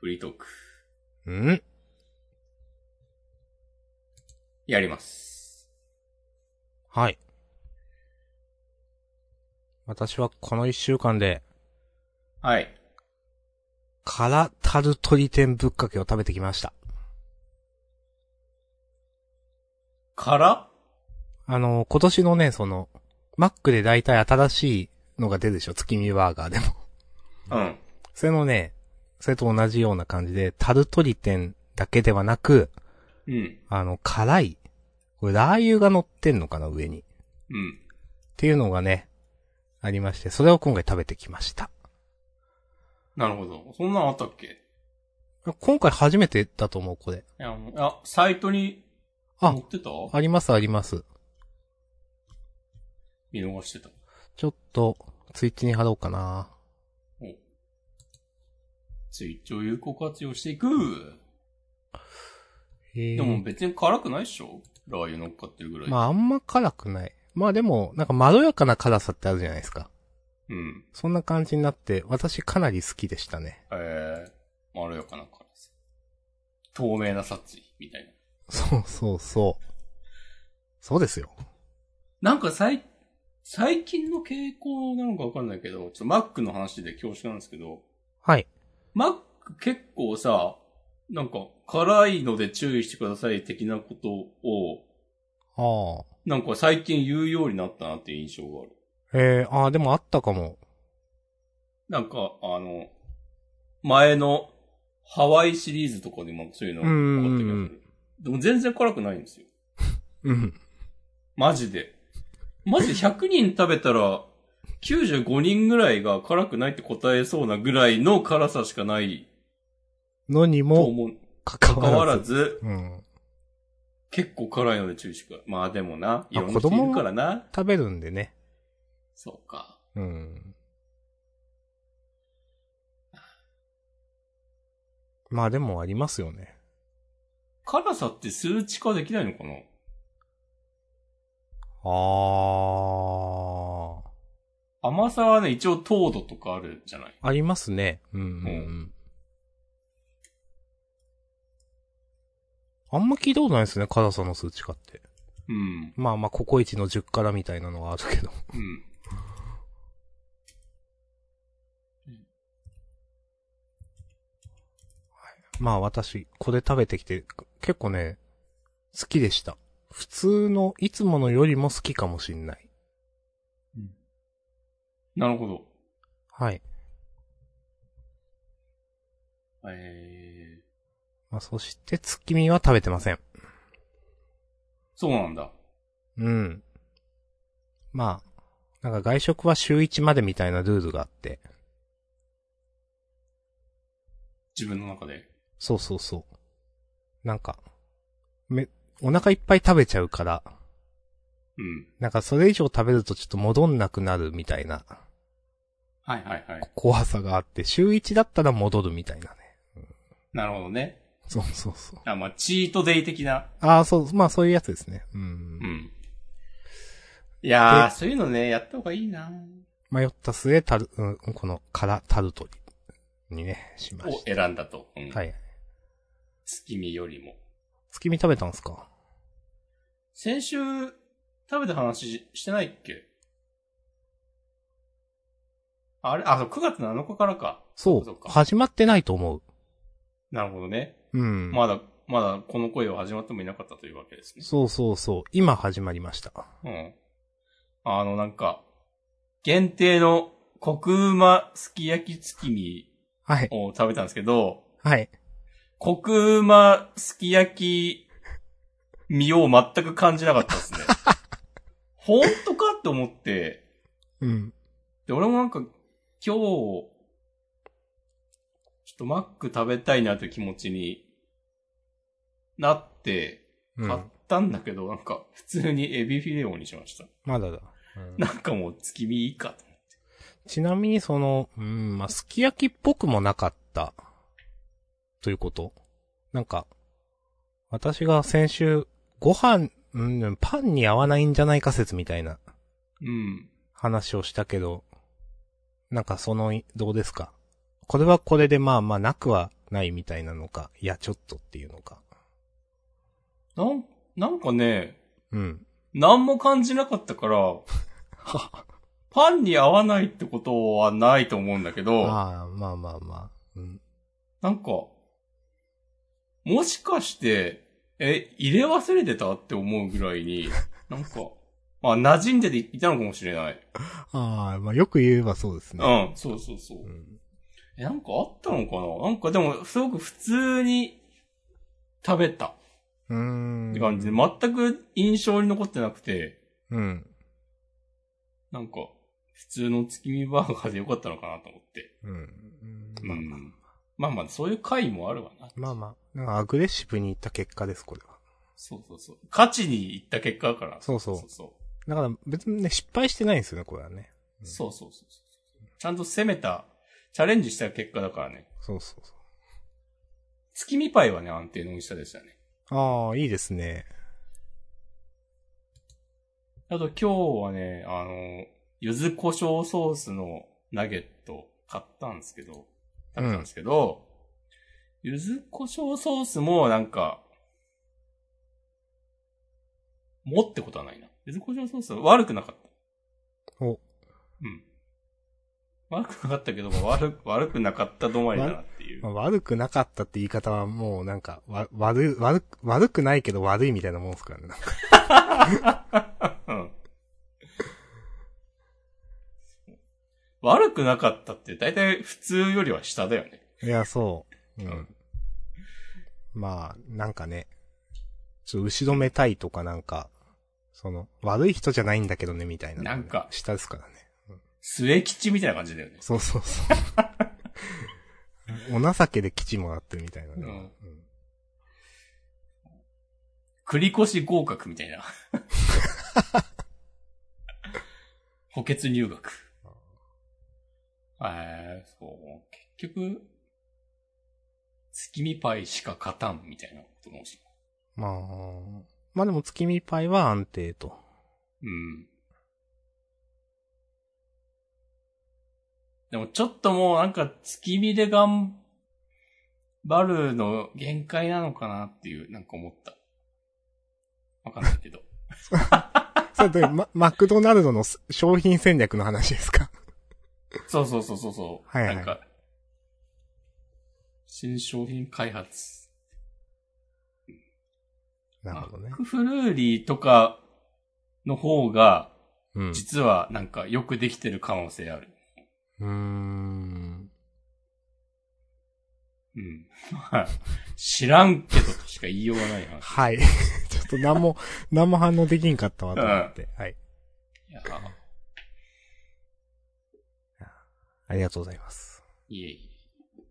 フリートーク。うんやります。はい。私はこの一週間で、はい。辛タルトリテンぶっかけを食べてきました。からあの、今年のね、その、マックで大体新しいのが出るでしょ月見バーガーでも。 うん。それのね、それと同じような感じで、タルトリテンだけではなく、うん。あの、辛い、これラー油が乗ってんのかな、上に。っうん。ていうのがね、ありまして、それを今回食べてきました。なるほど。そんなんあったっけい今回初めてだと思う、これ。や、もうあ、サイトにあ載ってたあります、あります。見逃してた。ちょっと、ツイッチに貼ろうかな。おツイッチを有効活用していく。ででも、別に辛くないっしょラー油乗っかってるぐらい。まああんま辛くない。まあでも、なんかまろやかな辛さってあるじゃないですか。うん。そんな感じになって、私かなり好きでしたね。 えー、まろやかな辛さ。透明な殺意みたいな。そうそうそう。そうですよ。なんか最、最近の傾向なのかわかんないけど、ちょっとマックの話で恐縮なんですけど、はい。マック結構さ、なんか辛いので注意してください的なことを、ああ。なんか最近言うようになったなっていう印象がある。えー、ああ、でもあったかも。なんか、あの、前のハワイシリーズとかでもそういうのあった気うんうんうがする。でも全然辛くないんですよ。うん。マジで。マジで100人食べたら、95人ぐらいが辛くないって答えそうなぐらいの辛さしかないのにとも、思う。か関かわわらず。らず、うん。結構辛いので注意してください。まあでもな、いろんな人いるからな。食べるんでね。そうか。うん。まあでもありますよね。辛さって数値化できないのかなああ。甘さはね、一応糖度とかあるじゃない。ありますね。うんうん、う。うんあんま聞いたことないですね、辛さの数値化って。うん。まあまあ、ココイチの10辛みたいなのがあるけど。 うん。まあ私、これ食べてきて、結構ね、好きでした。普通の、いつものよりも好きかもしんない。なるほど。はい。えー、まあそして、月見は食べてません。そうなんだ。うん。まあ、なんか外食は週1までみたいなルールがあって。自分の中で。そうそうそう。なんか、め、お腹いっぱい食べちゃうから、うん。なんかそれ以上食べるとちょっと戻んなくなるみたいなはいはいはい。怖さがあって、週1だったら戻るみたいなね。なるほどね。そうそうそう。あ、まあ、チートデイ的な。ああ、そう、まあそういうやつですね。うん。うん。いやー、でそういうのね、やった方がいいな迷った末、タル、うん、この、辛タルトにね、しまをした。選んだと。うん、はい。月見よりも。月見食べたんすか先週、食べた話ししてないっけあれあ、そう、9月7日からか。そそうう。か始まってないと思う。なるほどね。うん。まだ、まだこの声は始まってもいなかったというわけですね。そうそうそう。今始まりました。うん。あの、なんか、限定のコクうますき焼き月見はい。を食べたんですけど、はい。コクうますき焼き味を全く感じなかったです ね。本当かって思って、うん。で、俺もなんか、今日、ちょっとマック食べたいなという気持ちになって、う買っん。たんだけど、なんか、普通にエビフィレオにしました。まだだ。うんなんかもう月見いいかと。ちなみにその、うん、まあ、すき焼きっぽくもなかった。ということなんか、私が先週、ご飯、うん、パンに合わないんじゃないか説みたいなうん。話をしたけど、なんかその、どうですかこれはこれでまあまあなくはないみたいなのか、いや、ちょっとっていうのか。なん、なんかね、うん。何も感じなかった から、パンに合わないってことはないと思うんだけど、ああ、まあまあまあ。うん。なんか、もしかして、え、入れ忘れてたって思うぐらい に、なんか、まあ、馴染んでいたのかもしれない。ああ、まあよく言えばそうですうね。ん、そうそうそう。ん。え、なんかあったのかななんかでも、すごく普通に食べたうん。って感じで、全く印象に残ってなくて、うん。なんか、普通の月見バーガーでよかったのかなと思って。うん。まあままあまああ。。まあまあ、そういう回もあるわな。まあまあ。なんかアグレッシブに行った結果です、これは。そうそうそう。勝ちに行った結果だから。そうそうそうそうだから別にね、失敗してないんですよね、これはね。うんそうそうそうそうちゃんと攻めた、チャレンジした結果だからね。そうそうそ月見パイはね、安定の美味しさでしたね。う。ああ、いいですね。あと今日はね、あの、柚子胡椒ソースのナゲット買ったんですけど、食べたんですけど、柚子胡椒ソースもなんか、もってことはないな。柚子胡椒ソースは悪くなかった。おうん。悪くなかったけど、まあ悪、悪くなかった止まりだなっていうま。あ、悪くなかったって言い方はもうなんか、わ、悪い、悪く、悪くないけど悪いみたいなもんですからね。なんかうん悪くなかったって大体普通よりは下だよね。 いや、そう。ううんん。まあ、なんかね、ちょっと後ろめたいとかなんか、その、悪い人じゃないんだけどね、みたいな、なんか下ですからね。末吉みたいな感じだよね。そうそう そう。お情けで基地もらってるみたいなね。ううん繰越合格みたいな。 補欠入学。えー、そう。結局、月見パイしか勝たんみたいなことかもしれない。まあ、まあでも月見パイは安定と。うん。でもちょっともうなんか月見で頑張るの限界なのかなっていう、なんか思った。わかんないけ ど。それで、ま、マクドナルドのす商品戦略の話ですかそうそうそうそうそう。はいはいなんか、新商品開発。なるほどねマッ。クフルーリーとかの方が、うん。う実はなんかよくできてる可能性ある。ーん。うん。まあ、知らんけどとしか言いようがない話。はい。 ちょっと何も、何も反応できんかったわと思って。はい。いやありがとうございます。いえいえ。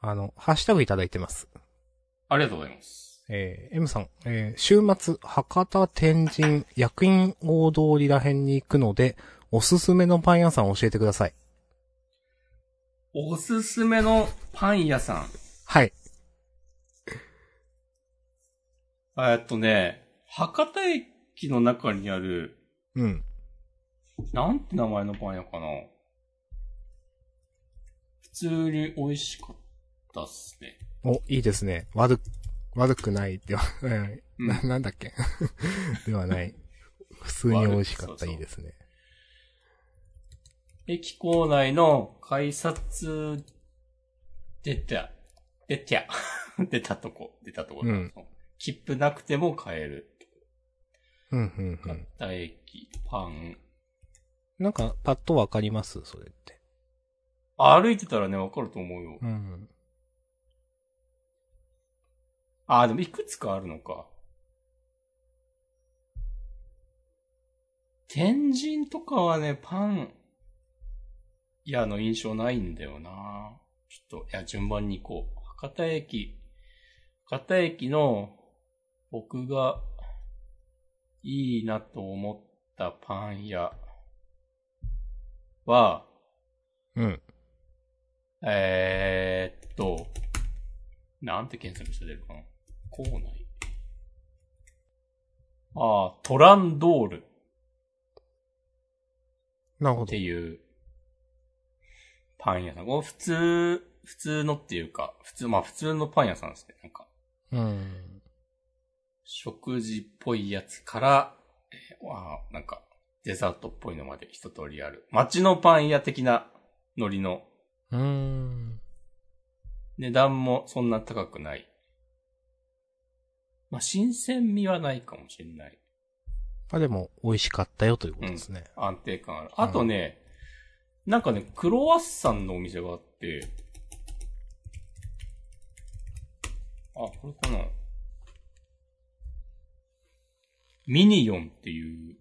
あの、ハッシュタグいただいてます。ありがとうございます。えー M さん、えー週末、博多、天神、役員大通りら辺に行くので、おすすめのパン屋さん教えてください。おすすめのパン屋さん。はい。えっとね、博多駅の中にある、うん。なんて名前のパン屋かな普通に美味しかったっすね。お、いいですね。悪く、悪くないでは、うんうんな、なんだっけ ではない。普通に美味しか悪っくそうそた、ういいですね。駅構内の改札、出た、出た、 出たとこ、出たとこ、うん切符なくても買える。うん、うん、う博ん。多駅、パン。なんか、パッとわかりますそれって。歩いてたらね、わかると思うよ。うん。ああ、でもいくつかあるのか。天神とかはね、パン、いや、あの印象ないんだよな。ちょっと、いや、順番に行こう。博多駅、博多駅の、僕が、いいなと思ったパン屋は、うん。えー、っと、なんて検索して出るかな。校内。ああ、トランドールなるほっどて。いうパン屋さん。これ普通、普通のっていうか、普通、まあ普通のパン屋さんですね。なんか、うん。食事っぽいやつから、えーわあ、なんか、デザートっぽいのまで一通りある。街のパン屋的なノリのうん。値段もそんな高くない。まあ、新鮮味はないかもしれない。まあでも、美味しかったよということですね。安定感ある。あとね、なんかね、クロワッサンのお店があって、あ、これかな。ミニオンっていう、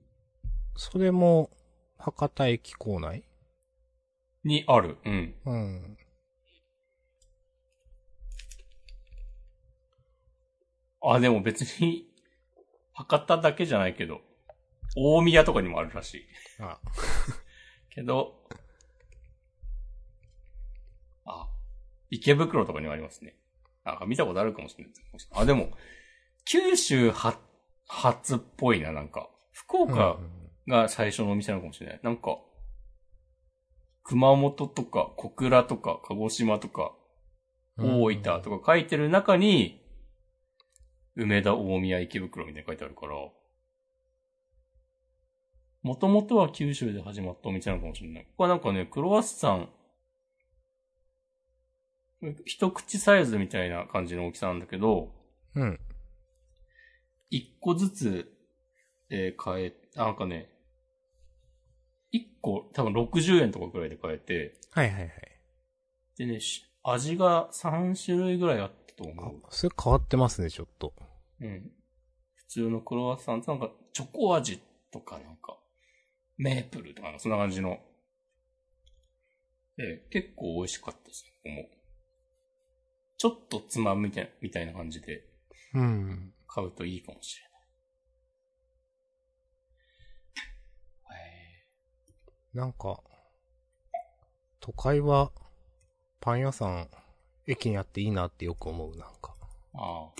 それも、博多駅構内にある。うん。うん。あ、でも別に、博多だけじゃないけど、大宮とかにもあるらしい。あ、けど、あ、池袋とかにもありますね。なんか見たことあるかもしれない。あ、でも、九州発、初っぽいな、なんか。福岡が最初のお店なのかもしれない。なんか、熊本とか小倉とか鹿児島とか大分うんとか書いてる中に、梅田、大宮、池袋みたいに書いてあるから、もともとは九州で始まったお店なのかもしれない。ここはなんかね、クロワッサン、一口サイズみたいな感じの大きさなんだけど、うん。一個ずつ、えー買え、なんかね、一個多分60円とかくらいで買えて、はいはいはい。でね、し味が3種類ぐらいあったとあ思う。、それ変わってますね、ちょっと。うん。普通のクロワッサンとなんか、チョコ味とかなんか、メープルとかなんかそんな感じの。で、結構美味しかったです、ここも。ちょっとつまむみたいな、みたいな感じでうん。買うといいかもしれない。なんか、都会は、パン屋さん、駅にあっていいなってよく思う、なんか。えーあ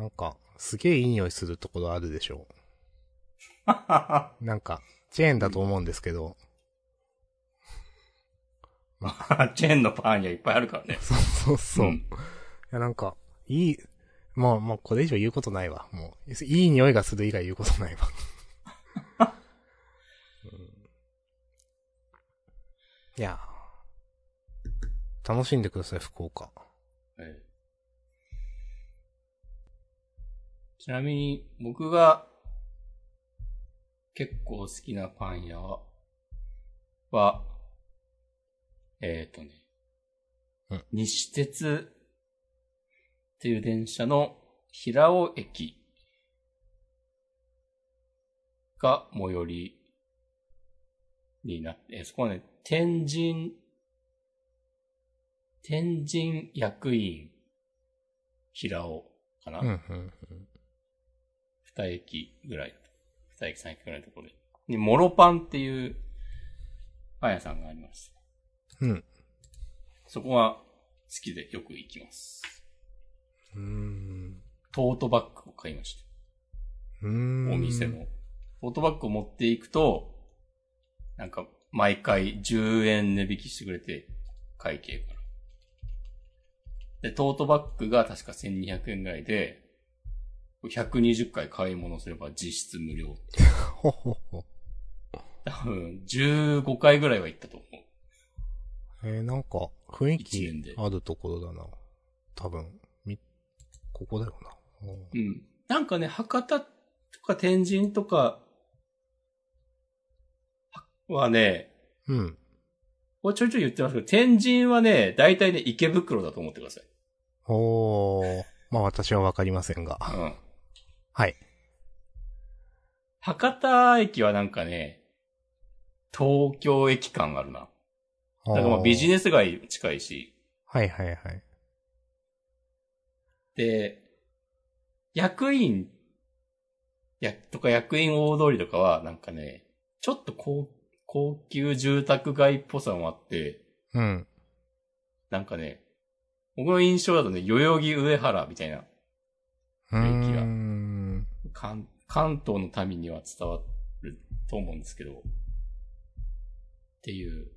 なんか、すげえいい匂いするところあるでしょあ。なんか、チェーンだと思うんですけど、チェーン のパン屋いっぱいあるからね。そうそうそう。うんいや、なんか、いい、まあまあ、これ以上言うことないわ。もう、いい匂いがする以外言うことないわ。うんいや、楽しんでください、福岡。ええちなみに、僕が結構好きなパン屋は、はえっ、とね、うん西鉄っていう電車の平尾駅が最寄りになって、そこはね、天神天神役員、平尾かな、うん、うん、二駅ぐらい、二駅三駅ぐらいのところで。に、モロパンっていうパン屋さんがありまして。うん。そこは好きでよく行きます。うん。トートバッグを買いました。うん。お店の。トートバッグを持っていくと、なんか、毎回10円値引きしてくれて、会計から。で、トートバッグが確か1200円ぐらいで、120回買い物すれば実質無料。ほほほ。多分、15回ぐらいは行ったと思う。えー、なんか、雰囲一円で気あるところだな。多分、み、ここだよな。うんうん。なんかね、博多とか天神とかはね、うん。これちょいちょい言ってますけど、天神はね、大体ね、池袋だと思ってください。おー。まあ私はわかりませんが。うん。はい。博多駅はなんかね、東京駅感があるな。だからまあビジネネス街近いし、はいはいはい。で、役員、や、とか役員大通りとかはなんかね、ちょっと高高級住宅街っぽさもあって、うん。なんかね、僕の印象だとね、代々木上原みたいな、うー雰囲気がん。関関東の民には伝わると思うんですけど、っていう。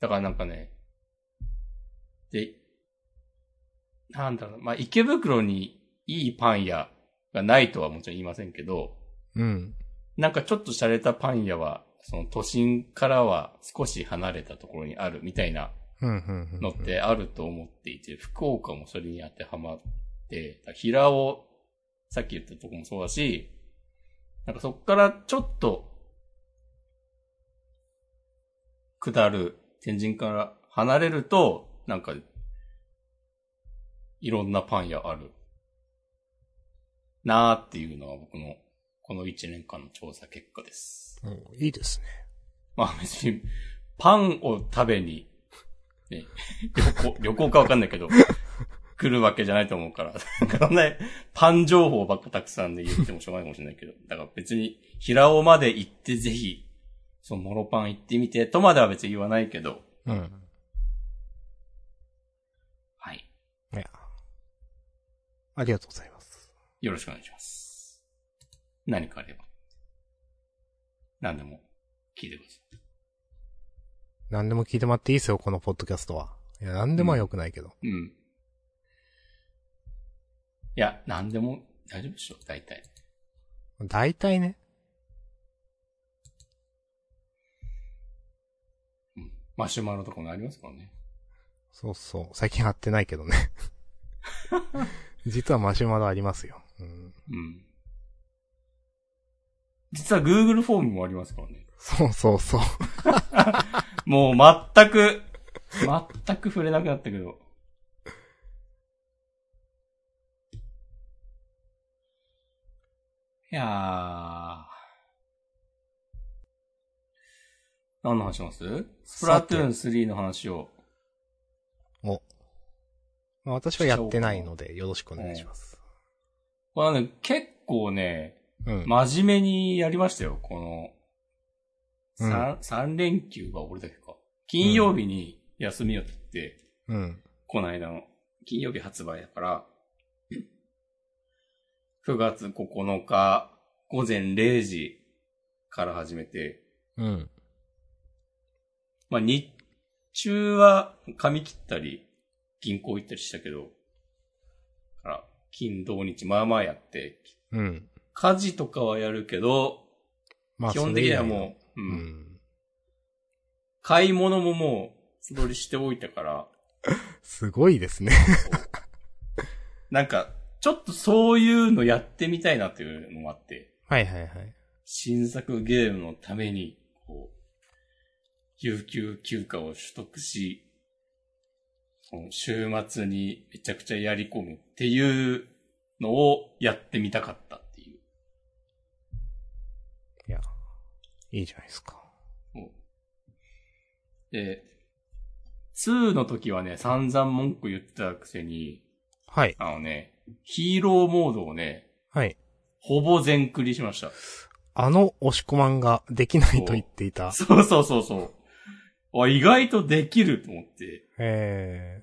だからなんかね、で、なんだろう、まあ、池袋にいいパン屋がないとはもちろん言いませんけど、うん。なんかちょっと洒落たパン屋は、その都心からは少し離れたところにあるみたいなうん、うん、うん。のってあると思っていて、福岡もそれに当てはまって、だから平尾、さっき言ったとこもそうだし、なんかそっからちょっと、下る、天神から離れると、なんか、いろんなパン屋ある。なーっていうのは僕の、この1年間の調査結果です。おいいですね。まあ別に、パンを食べに、ね、旅行、旅 行かわかんないけど、来るわけじゃないと思うから、なんかそんなパン情報ばっかたくさんで言ってもしょうがないかもしれないけど、だから別に、平尾まで行ってぜひ、そのモロパン行ってみて、とまでは別に言わないけど、うん。はい。いや。ありがとうございます。よろしくお願いします。何かあれば。何でも、聞いてくださ何でも聞いてもらっていいですよ、このポッドキャストは。いや、何でもは良くないけど。い。うん。いや、何でも大丈夫でしょ、大体。大体ね。マシュマロとかもありますからね。そうそう。最近貼ってないけどね。実はマシュマロありますよ。うん、うん。実は Google フォームもありますからね。そうそうそう。もう全く、全く触れなくなったけど。いやー。何の話しますスプラトゥーン3の話を。まあ、私はやってないので、よろしくお願いします。これはね、結構ね、うん。真面目にやりましたよ、この。うん三、三連休が俺だけか。金曜日に休みを取って、うん。この間の金曜日発売だから、9月9日午前0時から始めて、うん。まあ日中は髪切ったり、銀行行ったりしたけど、だから金土日まあまあやって、うん。家事とかはやるけど、ま基本的にはもう、ううんん。買い物ももう、素通りしておいたから、すごいですね。なんか、ちょっとそういうのやってみたいなっていうのもあって、はいはいはい。新作ゲームのために、こう、有給休暇を取得し、その週末にめちゃくちゃやり込むっていうのをやってみたかったっていう。いや、いいじゃないですか。で、2の時はね、散々文句言ってたくせに、はい。あのね、ヒーローモードをね、はい。ほぼ全クリしました。あの押し込まんができないと言っていた。そうそうそうそう。あ、意外とできると思って。え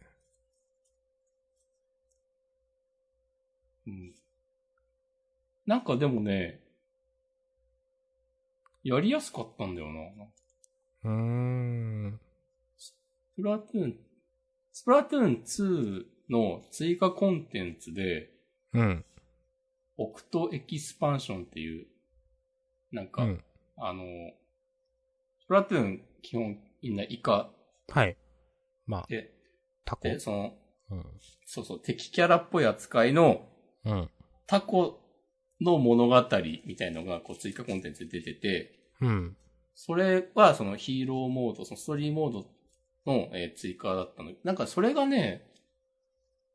うん。なんかでもね、やりやすかったんだよな。ー。うーん。スプラトゥーン、スプラトゥーン2の追加コンテンツで、うん。オクトエキスパンションっていう、なんうか、ん。あの、スプラトゥーン基本みんなイカはい。まあ、で、タコ。で、その、うん。そうそう、敵キャラっぽい扱いのうん。タコの物語みたいのがこう追加コンテンツで出てて、うん。それはそのヒーローモード、そのストーリーモードの、えー追加だったの。なんかそれがね、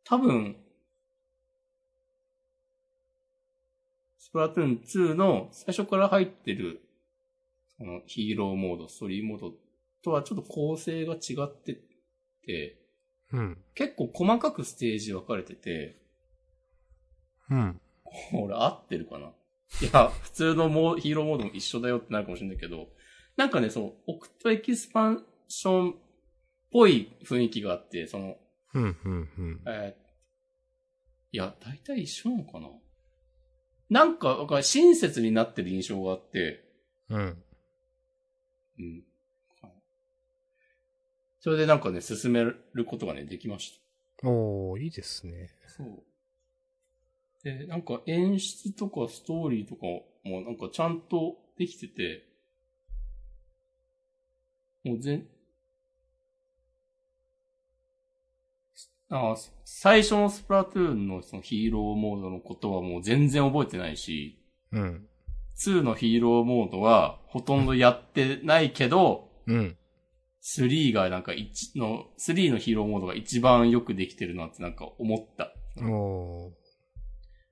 多分、スプラトゥーン2の最初から入ってる、そのヒーローモード、ストーリーモードとはちょっと構成が違ってて、うん。結構細かくステージ分かれてて、うん。俺合ってるかないや、普通のモーヒーローモードも一緒だよってなるかもしれないけど、なんかね、その、オクトエキスパンションっぽい雰囲気があって、その、うん。うん。うん。えーいや、大体一緒なのかななんか、なんか親切になってる印象があって、うん。うん。それでなんかね、進めることがね、できましおー、いいですね。た。そう。で、なんか演出とかストーリーとかもなんかちゃんとできてて、もう全、あ最初のスプラトゥーンのそのヒーローモードのことはもう全然覚えてないし、うん。 2のヒーローモードはほとんどやってないけど、うん。 3がなんか1の、3のヒーローモードが一番よくできてるなってなんか思った。おー。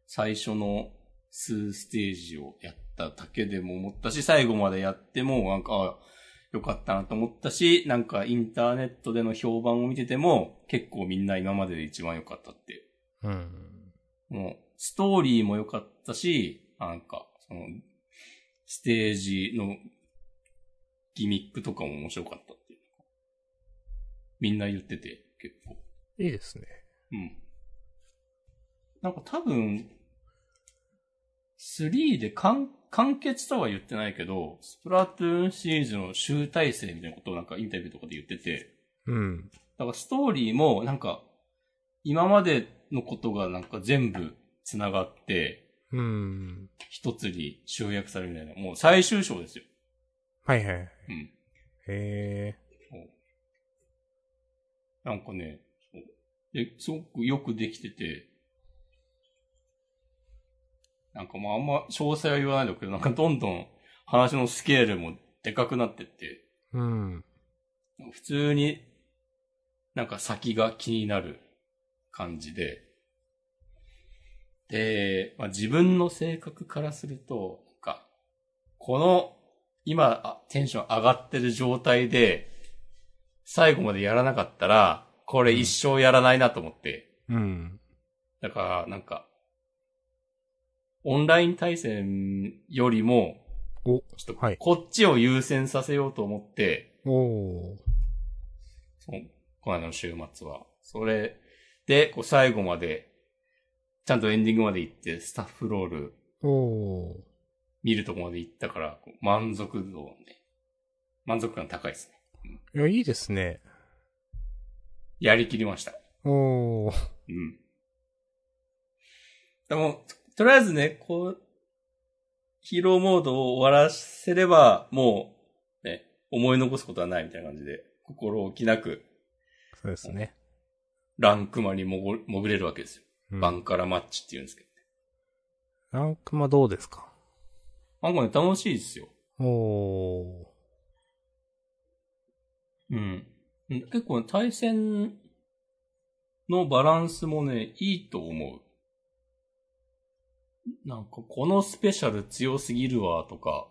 最初の数ステージをやっただけでも思ったし、最後までやってもなんか、あよかったなと思ったし、なんかインターネットでの評判を見てても、結構みんな今までで一番良かったってうん。もう、ストーリーも良かったし、なんか、その、ステージのギミックとかも面白かったっていう。みんな言ってて、結構。いいですね。うん。なんか多分、3で完完結とは言ってないけど、スプラトゥーンシリーズの集大成みたいなことをなんかインタビューとかで言ってて、うん。だからストーリーもなんか、今までのことがなんか全部繋がって、うん。一つに集約されるみたいな。もう最終章ですよ。はいはいはい。うん。へなんかね、そうですごくよくできてて、なんかまああんま詳細は言わないんだけど、なんかどんどん話のスケールもでかくなってって、ー。うん。普通になんか先が気になる感じで、で、まあ、自分の性格からすると、なんか、この今あテンション上がってる状態で最後までやらなかったら、これ一生やらないなと思って、うん。だから、なんか、オンライン対戦よりも、おちょっとはいこっちを優先させようと思って、おー。そのこの間の週末は。それで、こう最後まで、ちゃんとエンディングまで行って、スタッフロール、おー。見るとこまで行ったから、こう満足度をね、満足感高いですね。いや、いいですね。やりきりました。おー。うん。でも、ととりあえずね、こう、ヒーローモードを終わらせれば、もう、ね、思い残すことはないみたいな感じで、心置きなく、そうですね。ランクマにもご潜れるわけですよ。うんバンカラマッチって言うんですけど。ランクマどうですかなんかね、楽しいですよ。おー。うん。うん結構、ね、対戦のバランスもね、いいと思う。なんか、このスペシャル強すぎるわ、とか、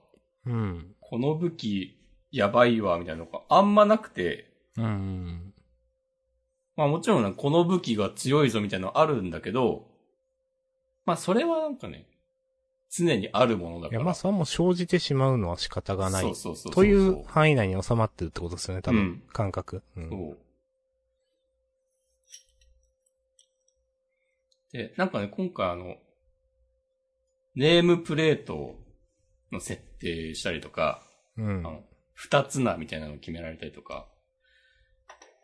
うん。この武器やばいわ、みたいなのがあんまなくて、うん。まあもちろんね、この武器が強いぞみたいなのあるんだけど、まあそれはなんかね、常にあるものだいかや、ら。まあ、それはもう生じてしまうのは仕方がない。そうそうそうそう。という範囲内に収まってるってことですよね、多分。うん感覚。うんそう。で、なんかね、今回あの、ネームプレートの設定したりとか、うんあ。の、二つなみたいなのを決められたりとか、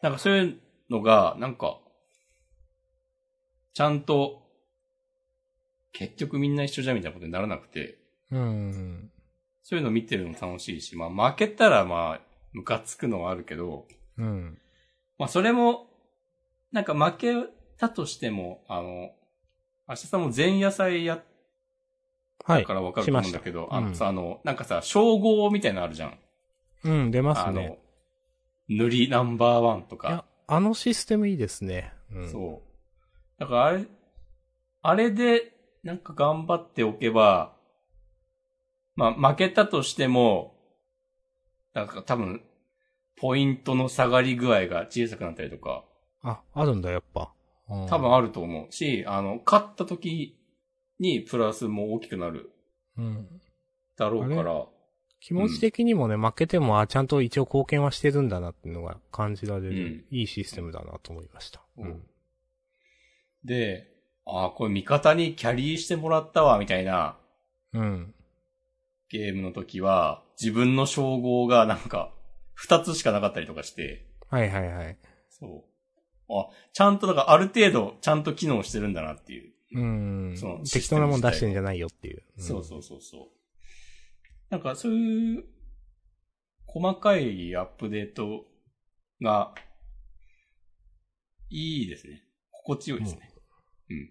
なんかそういうのが、なんか、ちゃんと、結局みんな一緒じゃんみたいなことにならなくて、うん。そういうの見てるの楽しいし、まあ負けたらまあ、ムカつくのはあるけど、うん。まあそれも、なんか負けたとしても、あの、明日さんも前夜祭やっはたいか。らわかると思うんだけしど、ましたあうのんさ、あの、なんかさ、称号みたいなのあるじゃん。うん、出ますあねの。、塗りナンバーワンといやか。、あのシステムいいですね。うん。そう。だからあれ、あれで、なんか頑張っておけば、まあ、負けたとしても、なんか多分、ポイントの下がり具合が小さくなったりとか、あ、あるんだ、やっぱ。うん多分あると思うし、あの、勝った時にプラスも大きくなるうん。だろうから、気持ち的にもね、負けても、あ、ちゃんと一応貢献はしてるんだなっていうのが感じられる、いいシステムだなと思いました。ううんん。で、ああ、これ味方にキャリーしてもらったわ、みたいなうん。ゲームの時は、自分の称号がなんか、二つしかなかったりとかして、はいはいはい。そう。あ、ちゃんと、だからある程度、ちゃんと機能してるんだなっていう。うんその。適当なもん出してんじゃないよっていう。そうそうそうそう。なんかそういう、細かいアップデートが、いいですね。心地よいですね。うん。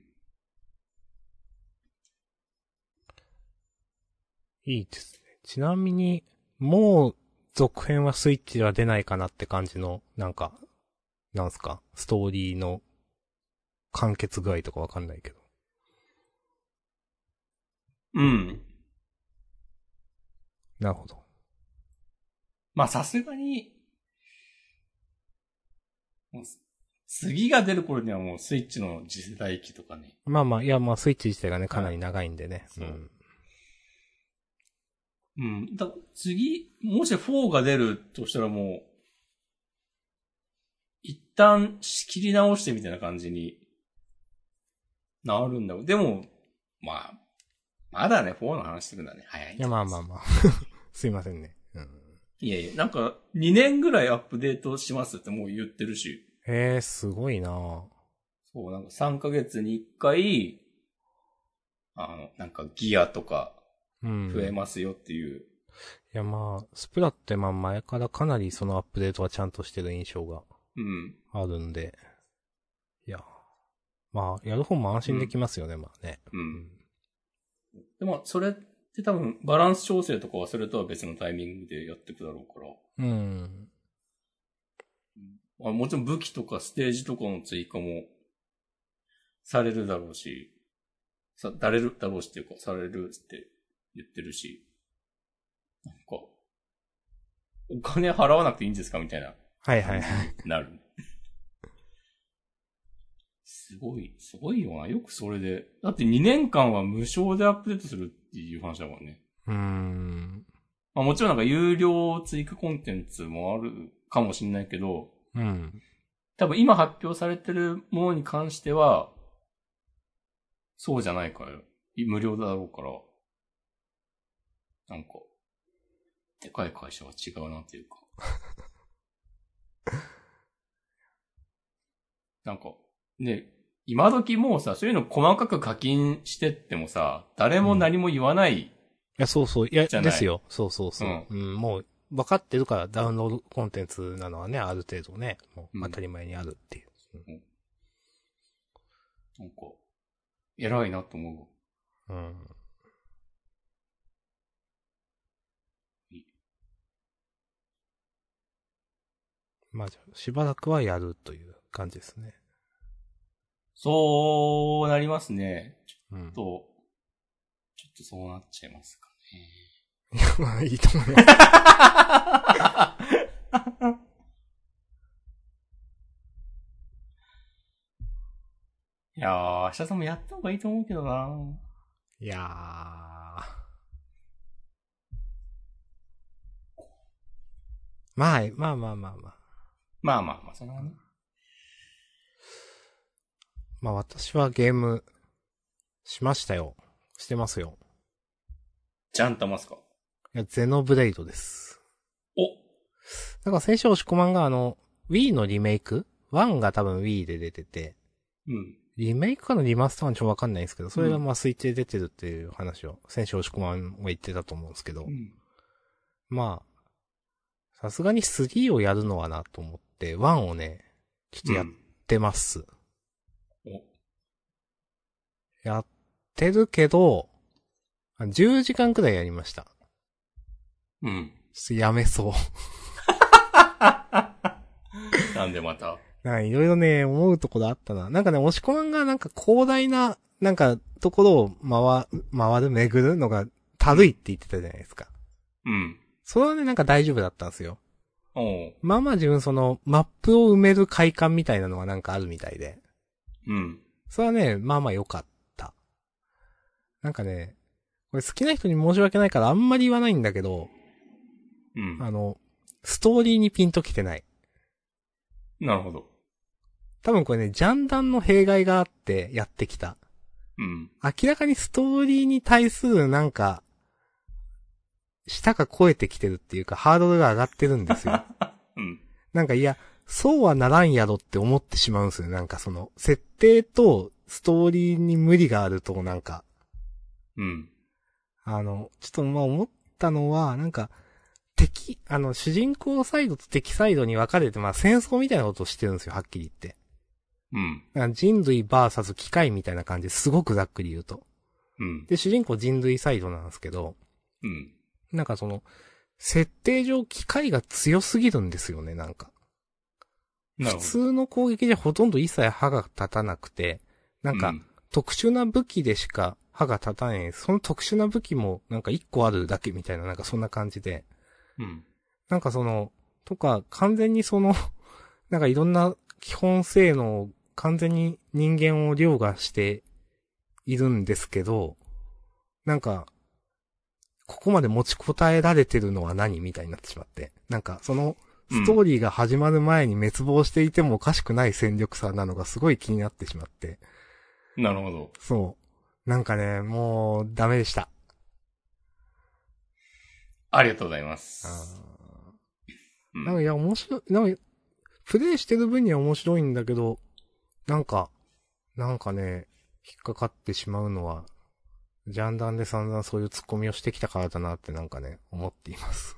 うん。いいですね。ちなみに、もう、続編はスイッチでは出ないかなって感じの、なんか、なんすか、ストーリーの、完結具合とかわかんないけど。うん。なるほど。まあさすがに、もう次が出る頃にはもうスイッチの次世代機とかね。まあまあ、いやまあ、スイッチ自体がね、かなり長いんでね。そううん。うん。だ次、もし4が出るとしたらもう、一旦仕切り直してみたいな感じになるんだろう。でも、まあ、まだね、4の話するんだね。早い。いやまあまあまあ。すいませんね。うん。いやいや、なんか、2年ぐらいアップデートしますってもう言ってるし。へえ、すごいなぁ。そう、なんか3ヶ月に1回、あの、なんかギアとかうん。増えますよっていう。いやまあ、スプラってまあ前からかなりそのアップデートはちゃんとしてる印象がうん。あるんで。いや。まあ、やる方も安心できますよね、まあね。うん。でも、それって多分、バランス調整とかはそれとは別のタイミングでやっていくだろうから。うん。あもちろん武器とかステージとかの追加も、されるだろうし、さ、だれるだろうしっていうか、されるって言ってるし、なんか、お金払わなくていいんですかみたいな。はいはいはい。なる。すごい、すごいよな。よくそれで。だって2年間は無償でアップデートするっていう話だからね。うん。まあもちろんなんか有料追加コンテンツもあるかもしんないけど、うん。多分今発表されてるものに関しては、そうじゃないから、い無料だろうから、なんか、でかい会社は違うなっていうか。なんか、ね、今時もうさ、そういうの細かく課金してってもさ、誰も何も言わない。いや、そうそう。いや、じゃでないすよ。そうそうそう。うん、もう、分かってるからダウンロードコンテンツなのはね、ある程度ね、もううん当たり前にあるっていう。なんか、偉いなと思うわ。うん。まあじゃあ、しばらくはやるという感じですね。そうなりますね。 うん。と、ちょっとそうなっちゃいますかね。まあいいと思います。いやー、明日さんもやった方がいいと思うけどないやー。まあ、まあまあまあまあ。まあまあまあ、それはね。まあ私はゲーム、しましたよ。してますよ。じゃんたますか。いや、ゼノブレイドです。おなんか先週押し込まんがあの、Wii のリメイク ?1 が多分 Wii で出てて、うん。リメイクかのリマスターはちょっとわかんないんですけど、それがまあ推定出てるっていう話を、先週押し込まんが言ってたと思うんですけど、うん。まあ、さすがに3をやるのはなと思って、1をね、ちょっとやっうんてます。おやってるけど、あ10時間くらいやりました。うん。ちょっとやめそう。なんでまた。 なんかいろいろね、思うところあったな。なんかね、押し込まんがなんか広大な、なんか、ところを回、回る、巡るのが、たるいって言ってたじゃないですか。うん。それはね、なんか大丈夫だったんですよ。おう。まあまあ自分その、マップを埋める快感みたいなのはなんかあるみたいで。うん。それはね、まあまあ良かった。なんかね、これ好きな人に申し訳ないからあんまり言わないんだけど、うん。あの、ストーリーにピンときてない。なるほど。多分これね、ジャンダンの弊害があってやってきた。うん。明らかにストーリーに対するなんか、舌が超えてきてるっていうか、ハードルが上がってるんですよ。うん。なんかいや、そうはならんやろって思ってしまうんですよね。なんかその、設定とストーリーに無理があると、なんか、うん。あの、ちょっとまあ思ったのは、なんか、敵、あの、主人公サイドと敵サイドに分かれて、まあ戦争みたいなことをしてるんですよ、はっきり言って。うん。なんか人類バーサス機械みたいな感じですごくざっくり言うと。うん。で、主人公人類サイドなんですけど、うん。なんかその、設定上機械が強すぎるんですよね、なんか。なるほ普ど。通の攻撃じゃほとんど一切歯が立たなくて、なんか、特殊な武器でしか歯が立たない。その特殊な武器もなんか一個あるだけみたいな、なんかそんな感じで。うん。うん。なんかその、とか、完全にその、 なんかいろんな基本性能を完全に人間を凌駕しているんですけど、なんか、ここまで持ちこたえられてるのは何みたいになってしまって。なんか、その、ストーリーが始まる前に滅亡していてもおかしくない戦力差なのがすごい気になってしまって。なるほど。そう。なんかね、もう、ダメでした。ありがとうございまあす。ーうんなんかいや、面白い、なんか、プレイしてる分には面白いんだけど、なんか、なんかね、引っかかってしまうのは、ジャンダンで散々そういうツッコミをしてきたからだなってなんかね、思って います。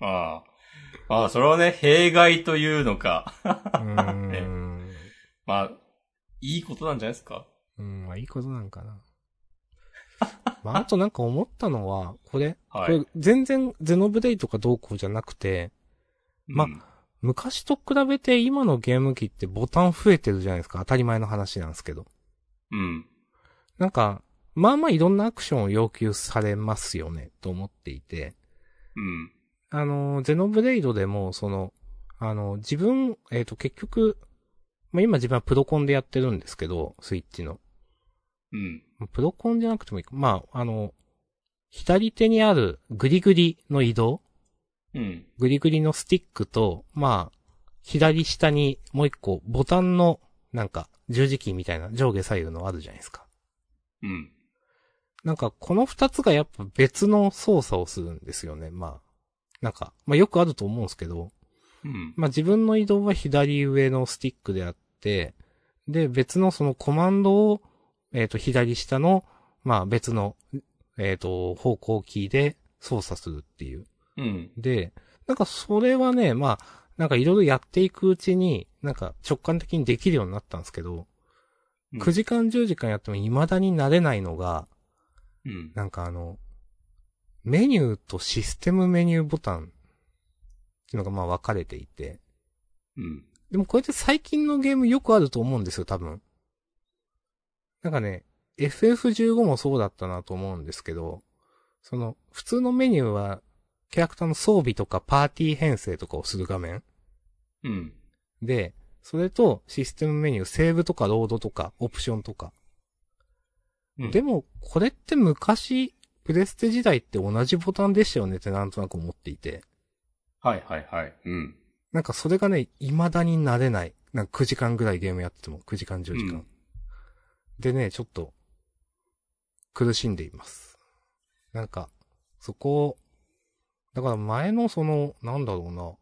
ああ。ああ、それはね、弊害というのか。うーん。まあ、いいことなんじゃないですかうん、まあいいことなんかな。 まああとなんか思ったのは、これ、はこい。れ全然ゼノブレイとかどうこうじゃなくて、まうん昔と比べて今のゲーム機ってボタン増えてるじゃないですか。当たり前の話なんですけど。うん。なんか、まあまあいろんなアクションを要求されますよね、と思っていて。うん。あの、ゼノブレイドでも、その、あの、自分、えっ、と、結局、まあ今自分はプロコンでやってるんですけど、スイッチの。うん。プロコンじゃなくてもいいか。まあ、あの、左手にあるグリグリの移動うん。グリグリのスティックと、まあ、左下にもう一個ボタンの、なんか、十字キーみたいな上下左右のあるじゃないですか。うん。なんか、この二つがやっぱ別の操作をするんですよね。まあ、なんか、まあよくあると思うんですけど、うん。まあ自分の移動は左上のスティックであって、で、別のそのコマンドを、えっ、と、左下の、まあ別の、えっ、と、方向キーで操作するっていう。うん。で、なんかそれはね、まあ、なんかいろいろやっていくうちに、なんか直感的にできるようになったんですけど、うん9時間10時間やっても未だに慣れないのが、うん。なんかあの、メニューとシステムメニューボタンっていうのがまあ分かれていて、うん。でもこれって最近のゲームよくあると思うんですよ、多分。なんかね、FF15 もそうだったなと思うんですけど、その、普通のメニューは、キャラクターの装備とかパーティー編成とかをする画面うん。で、それとシステムメニュー、セーブとかロードとか、オプションとか。うんでも、これって昔、プレステ時代って同じボタンでしたよねってなんとなく思っていて。はいはいはい。うん。なんかそれがね、未だに慣れない。なんか9時間ぐらいゲームやってても、9時間10時間。うんでね、ちょっと、苦しんでいます。なんか、そこを、だから前のその、なんだろうな、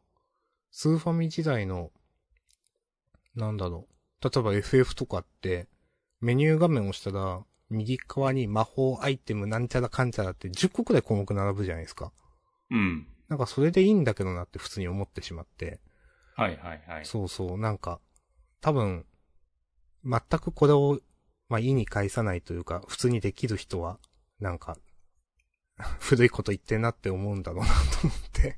スーファミ時代の、なんだろう、例えば FF とかって、メニュー画面を押したら、右側に魔法アイテムなんちゃらかんちゃらって10個くらい項目並ぶじゃないですか。うん。なんかそれでいいんだけどなって普通に思ってしまって。はいはいはい。そうそう、なんか、多分、全くこれを、まあ、意に介さないというか、普通にできる人は、なんか、 古いこと言ってんなって思うんだろうなと思って。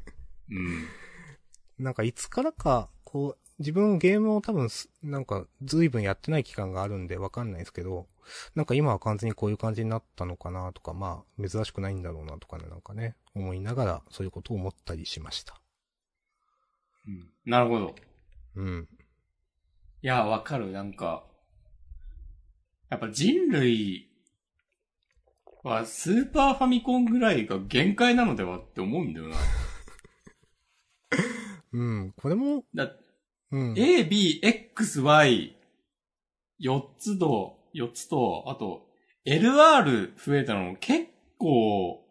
うん。なんかいつからか、こう、自分ゲームを多分す、なんか随分やってない期間があるんでわかんないですけど、なんか今は完全にこういう感じになったのかなとか、まあ、珍しくないんだろうなとかね、なんかね、思いながらそういうことを思ったりしました。うんなるほど。うん。いや、わかる。なんか、やっぱ人類はスーパーファミコンぐらいが限界なのではって思うんだよな。うん、これも、だうん。 A, B, X, Y、4つと、4つと、あと、LR 増えたの結構、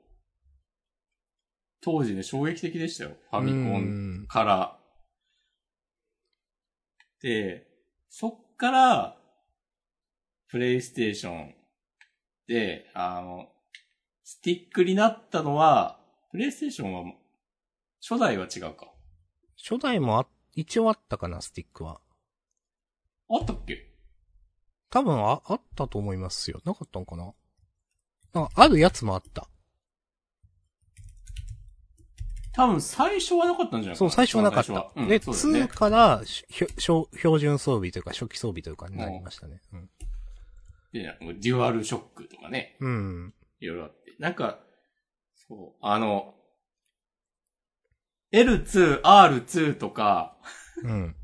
当時ね、衝撃的でしたよ。ファミコンンから。で、そっから、プレイステーションで、あの、スティックになったのは、プレイステーションは、初代は違うか。初代もあ、一応あったかな、スティックは。あったっけ多分あ、あったと思いますよ。なかったんかなあ、あるやつもあった。多分最初はなかったんじゃないかなそう、最初はなかっ一番た。最初はうんで、そうだよ2ねからし、ひょしょ標準装備というか、初期装備というかになりましたね。うん。で、なんかデュアルショックとかね。うん。いろいろあって。なんか、そう、あの、L2、R2 とか、うん。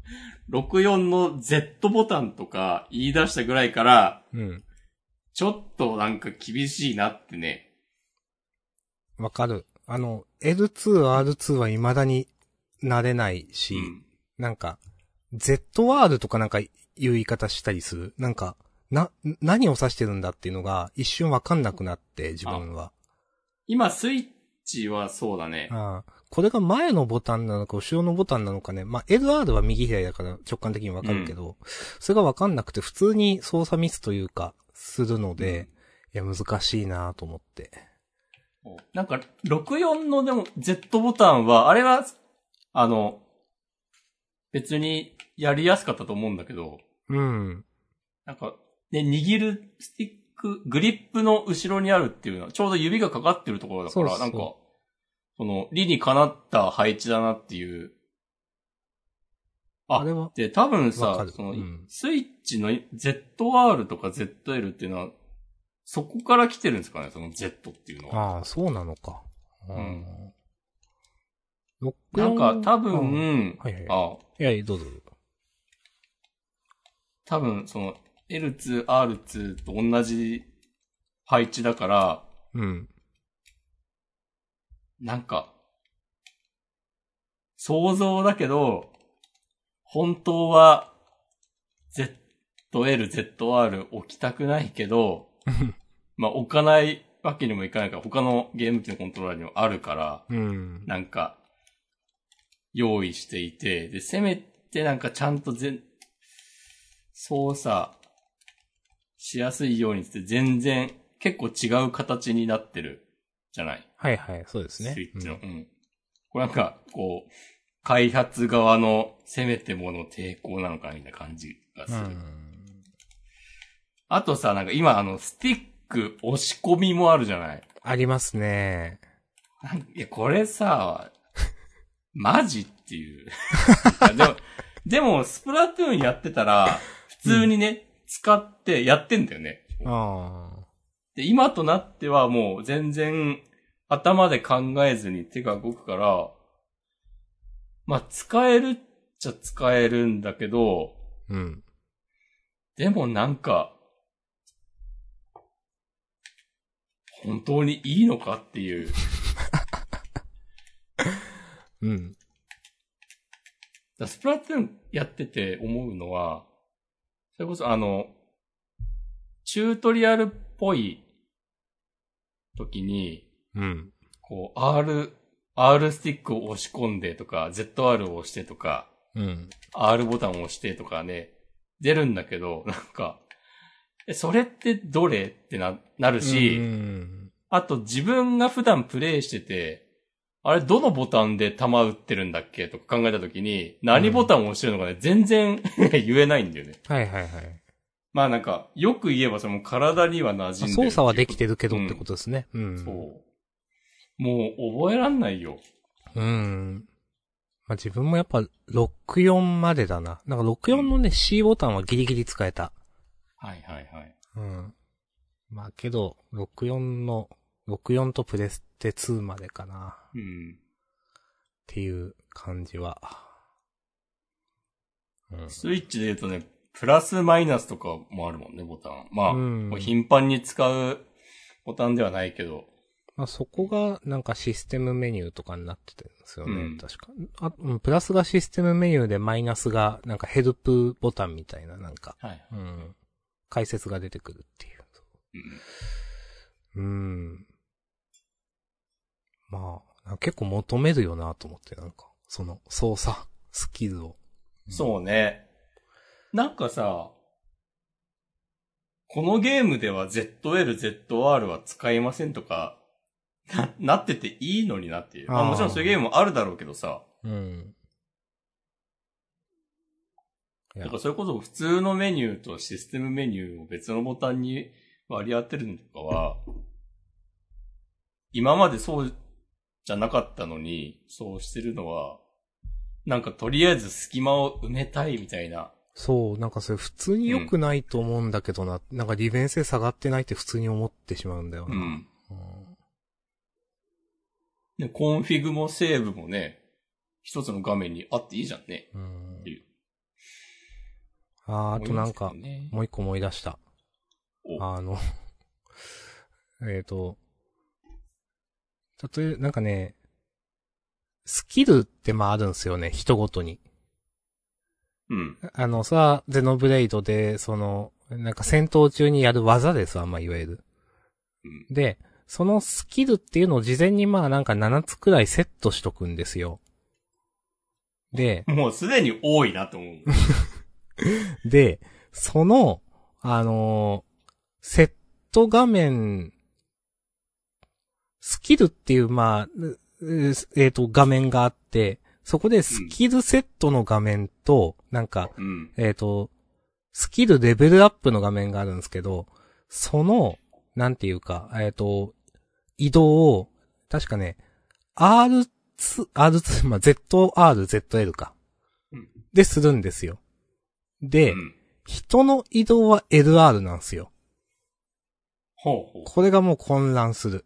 64の Z ボタンとか言い出したぐらいから、うん。ちょっとなんか厳しいなってね。わかる。あの、L2、R2 は未だに慣れないし、うん。なんか、ZR とかなんかいう言い方したりする。なんか、な、何を指してるんだっていうのが一瞬わかんなくなって、自分は。今、スイッチはそうだね。ああ。これが前のボタンなのか、後ろのボタンなのかね。まあ、LR は右左だから直感的にわかるけど、それがわかんなくて、普通に操作ミスというか、するので、いや、難しいなと思って。なんか、64のでも Z ボタンは、あれは、あの、別にやりやすかったと思うんだけど、うん。なんか、ね、握るスティック、グリップの後ろにあるっていうのは、ちょうど指がかかってるところだから、そうそうなんか、その、理にかなった配置だなっていう。ああれは、で、多分わかさる、その、うんスイッチの ZR とか ZL っていうのは、そこから来てるんですかね、その Z っていうのは。ああ、そうなのか。んうん。なんか、多分、うんはいはい。あ、いやいや、どうぞ。多分、その、L2、R2 と同じ配置だから、 うん。なんか、想像だけど、本当は、ZL、ZR 置きたくないけど、まあ置かないわけにもいかないから、他のゲーム機のコントローラーにもあるから、うん。なんか、用意していて、で、せめてなんかちゃんと全、操作しやすいようにって全然結構違う形になってるじゃないはいはい、そうですね。スイッチの。うんうん。これなんか、こう、開発側のせめてもの抵抗なのかなみたいな感じがすうる。ん。あとさ、なんか今あの、スティック押し込みもあるじゃないありますね。なんいや、これさ、マジっていう。いやでも、でも、スプラトゥーンやってたら、普通にね、使ってやってんだよね。ああ。で、今となってはもう全然頭で考えずに手が動くから、まあ使えるっちゃ使えるんだけど、うん。でもなんか、本当にいいのかっていう。うん。だスプラトゥーンやってて思うのは、それこそあの、チュートリアルっぽい時に、うん。こう、R、R スティックを押し込んでとか、ZR を押してとか、うん。 R ボタンを押してとかね、出るんだけど、なんか、え、それってどれってな、なるし、うんあと自分が普段プレイしてて、あれどのボタンで弾打ってるんだっけとか考えた時に、何ボタンを押してるのかね、全然 言えないんだよね。はいはいはい。まあなんか、よく言えばその体には馴染んでるっていうこと。操作はできてるけどってことですね。うん。そう。もう覚えらんないよ。うん。まあ、自分もやっぱ64までだな。なんか64のね、C ボタンはギリギリ使えた。はいはいはい。うん。まあけど、64の、64とプレステ2までかな。っうん。ていう感じは。うん。スイッチで言うとね、プラスマイナスとかもあるもんね、ボタン。まあ、うんこれ頻繁に使うボタンではないけど。まあ、そこがなんかシステムメニューとかになっててるんですよね。うん確か。あ、うんプラスがシステムメニューでマイナスがなんかヘルプボタンみたいななんか、はい。うん。解説が出てくるっていう。うんうん。まあ、なんか結構求めるよなと思って、なんか、その操作、スキルを。そうね。なんかさ、このゲームでは ZL、ZR は使いませんとか、な、なってていいのになっていう。まああーもちろんそういうゲームもあるだろうけどさ、うん。いなんやかそれこそ普通のメニューとシステムメニューを別のボタンに割り当てるのとかは、今までそうじゃなかったのに、そうしてるのは、なんかとりあえず隙間を埋めたいみたいな。そう、なんかそれ普通に良くないと思うんだけどな、なんか利便性下がってないって普通に思ってしまうんだような。ん。うんね、コンフィグもセーブもね、一つの画面にあっていいじゃんね。うんっていうあーあとなんか思い、ますけどねもう一個思い出した。おあの、 えっと、例え、なんかね、スキルってまああるんですよね、人ごとに。うん。あのさ、ゼノブレイドで、その、なんか戦闘中にやる技ですわ、まあいわゆる。うんで、そのスキルっていうのを事前にまあなんか7つくらいセットしとくんですよ。で、もうすでに多いなと思う。で、その、あのーセット画面、スキルっていう、まあ、ううえっ、と、画面があって、そこでスキルセットの画面と、なんか、うん。えっ、と、スキルレベルアップの画面があるんですけど、その、なんていうか、えっ、と、移動を、確かね、R2、R2、まあ、ZR、ZL かうん。で、するんですよ。で、うん人の移動は LR なんですよ。ほうほう。これがもう混乱する。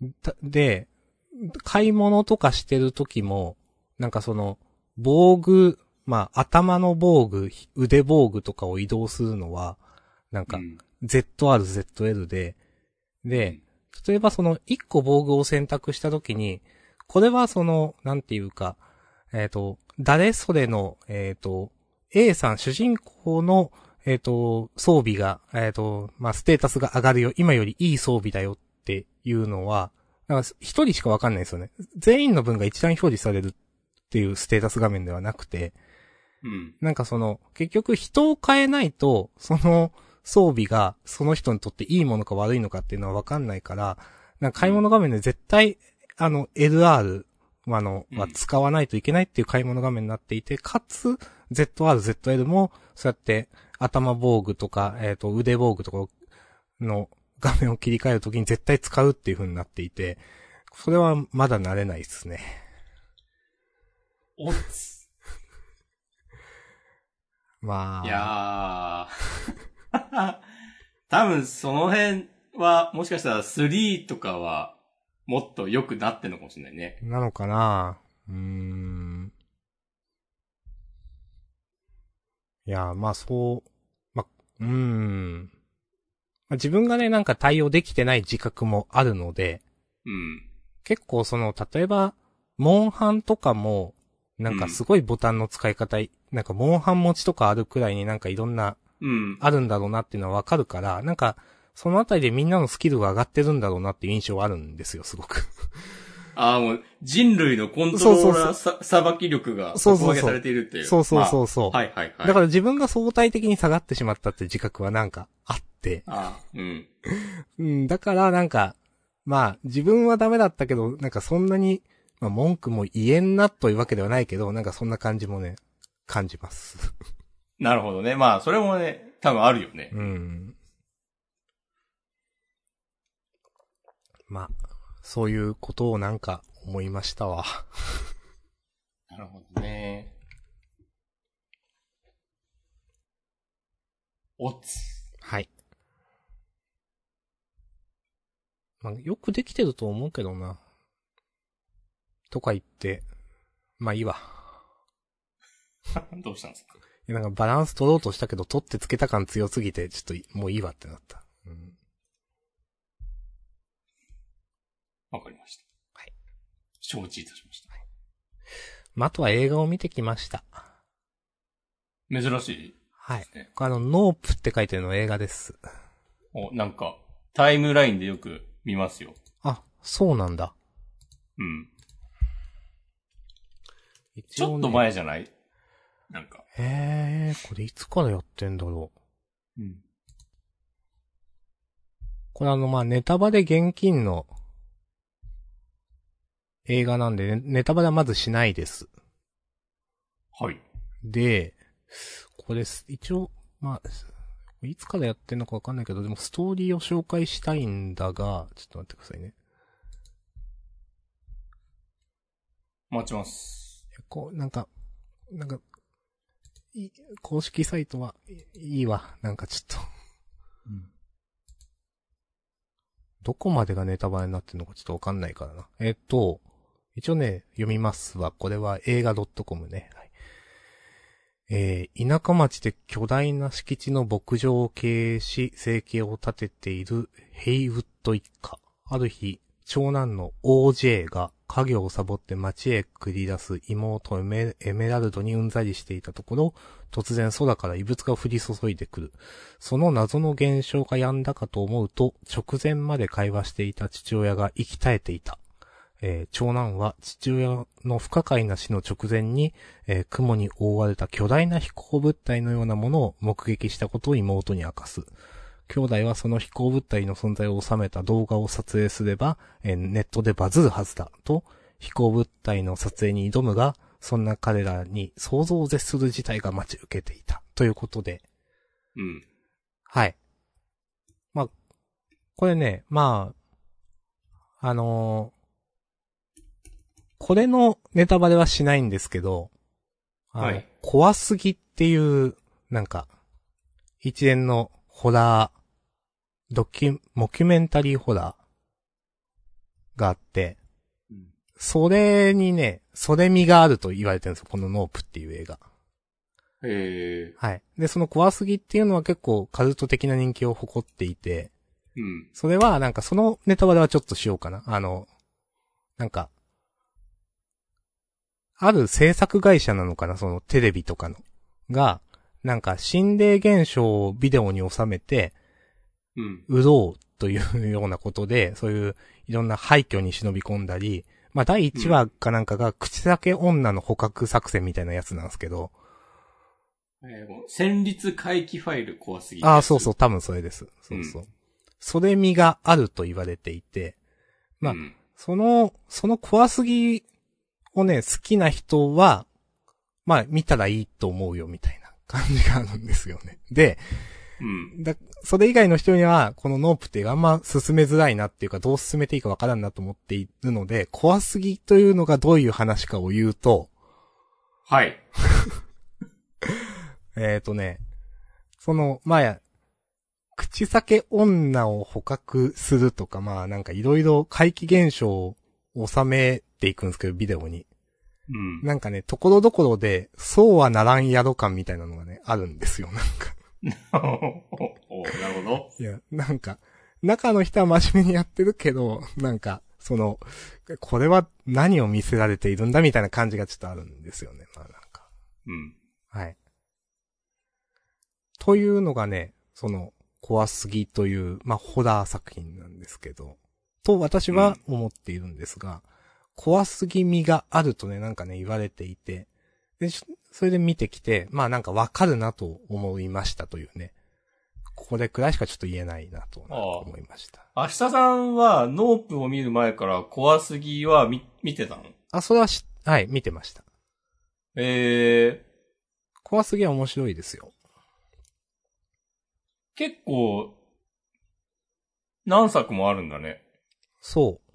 うん。たで、買い物とかしてる時も、なんかその、防具、まあ、頭の防具、ひ腕防具とかを移動するのは、なんかう、ん ZR、ZL で、で、例えばその、1個防具を選択した時に、これはその、なんていうか、えっ、と、誰それの、えっ、と、A さん、主人公の、えっ、と、装備が、えっ、と、まあ、ステータスが上がるよ、今よりいい装備だよっていうのは、なんか一人しかわかんないですよね。全員の分が一覧表示されるっていうステータス画面ではなくて、うん。なんかその、結局人を変えないと、その装備がその人にとっていいものか悪いのかっていうのはわかんないから、なんか買い物画面で絶対、あの、LR、あの、うんは使わないといけないっていう買い物画面になっていて、かつ、ZR、ZL も、そうやって、頭防具とか、えっ、と、腕防具とかの画面を切り替えるときに絶対使うっていう風になっていて、それはまだ慣れないですね。おつ。まあ。いやー。 多分その辺は、もしかしたら3とかは、もっと良くなってんのかもしれないね。なのかなうーん。いや、まあそう、まあ、うーん。まあ自分がね、なんか対応できてない自覚もあるので、うん。結構その、例えば、モンハンとかも、なんかすごいボタンの使い方、なんかモンハン持ちとかあるくらいになんかいろんなうん。あるんだろうなっていうのはわかるから、なんか、そのあたりでみんなのスキルが上がってるんだろうなっていう印象はあるんですよ、すごく。ああ、もう人類のコントローラーささばき力がそうそ底上うそうげされているっていう。そうそうまあそうそう。はいはいはい。だから自分が相対的に下がってしまったって自覚はなんかあって、ああ、うん。うん、だからなんか、まあ自分はダメだったけど、なんかそんなに、まあ文句も言えんなというわけではないけど、なんかそんな感じもね、感じます。なるほどね。まあ、それもね、多分あるよね。うん。まあ、そういうことをなんか思いましたわ。なるほどね。おつ。はい。まあ、よくできてると思うけどな。とか言って、まあいいわ。 どうしたんですかいやなんかバランス取ろうとしたけど、取ってつけた感強すぎて、ちょっといもういいわってなった。うん。わかりました。はい。承知いたしました。まあ、あとは映画を見てきました。珍しいはいで。すね。あの、ノープって書いてるの映画です。お、なんか、タイムラインでよく見ますよ。あ、そうなんだ。うん。一ち応ょっねと前じゃないなんか。へえ、これいつからやってんだろう。うん。これあの、まあ、ネタバレ現金の映画なんで、ねネタバレはまずしないです。はい。で、これす、一応、まあ、いつからやってんのかわかんないけど、でもストーリーを紹介したいんだが、ちょっと待ってくださいね。待ちます。こう、なんか、なんか、い公式サイトは、いいいわ。なんかちょっと、うん。どこまでがネタバレになってるのかちょっとわかんないからな。えっと、一応ね、読みますわ。これは映画 .com ね。はい。えー、田舎町で巨大な敷地の牧場を経営し、生計を立てているヘイウッド一家。ある日、長男の OJ が家業をサボって町へ繰り出す妹エメエメラルドにうんざりしていたところ、突然空から異物が降り注いでくる。その謎の現象が止んだかと思うと、直前まで会話していた父親が息絶えていた。えー長男は父親の不可解な死の直前に、えー雲に覆われた巨大な飛行物体のようなものを目撃したことを妹に明かす。兄弟はその飛行物体の存在を収めた動画を撮影すれば、えーネットでバズるはずだ、と、飛行物体の撮影に挑むが、そんな彼らに想像を絶する事態が待ち受けていた。ということで、うん。はい。まあ、これね、まあ、あのーこれのネタバレはしないんですけど、あのはい怖すぎっていう、なんか、一連のホラー、ドキュ、モキュメンタリーホラーがあって、うんそれにね、それ味があると言われてるんですよ、このノープっていう映画。えー。はい。で、その怖すぎっていうのは結構カルト的な人気を誇っていて、うん。それはなんかそのネタバレはちょっとしようかな。あの、なんか、ある制作会社なのかな、そのテレビとかの。が、なんか心霊現象をビデオに収めて、うん。売ろうというようなことで、そういういろんな廃墟に忍び込んだり、まあ第1話かなんかが口だけ女の捕獲作戦みたいなやつなんですけど、えー、この戦慄回帰ファイル怖すぎるああ、そうそう、。多分それです。そうそう。それ味があると言われていて、まあうん。その、その怖すぎをね、好きな人は、まあ、見たらいいと思うよ、みたいな感じがあるんですよね。で、うん。だ、それ以外の人には、このノープっていうのはあんま進めづらいなっていうか、どう進めていいかわからんなと思っているので、怖すぎというのがどういう話かを言うと、はい。えー、とね、その、まあ、口裂け女を捕獲するとか、まあなんかいろいろ怪奇現象を収めていくんですけど、ビデオに。うん。なんかね、ところどころで、そうはならんやろ感みたいなのがね、あるんですよ、なんか。 おおなるほど。いや、なんか、中の人は真面目にやってるけど、なんか、その、これは何を見せられているんだみたいな感じがちょっとあるんですよね、まあなんか。うん。はい。というのがね、その、怖すぎという、まあ、ホラー作品なんですけど、と私は思っているんですが、怖すぎ味があるとね、なんかね、言われていて、で、しそれで見てきて、まあなんかわかるなと思いましたというね。これくらいしかちょっと言えないなとなんか思いました。明日さんは、ノープを見る前から怖すぎは見、見てたのあ、それはし、はい、見てました。えー、怖すぎは面白いですよ。結構、何作もあるんだね。そう。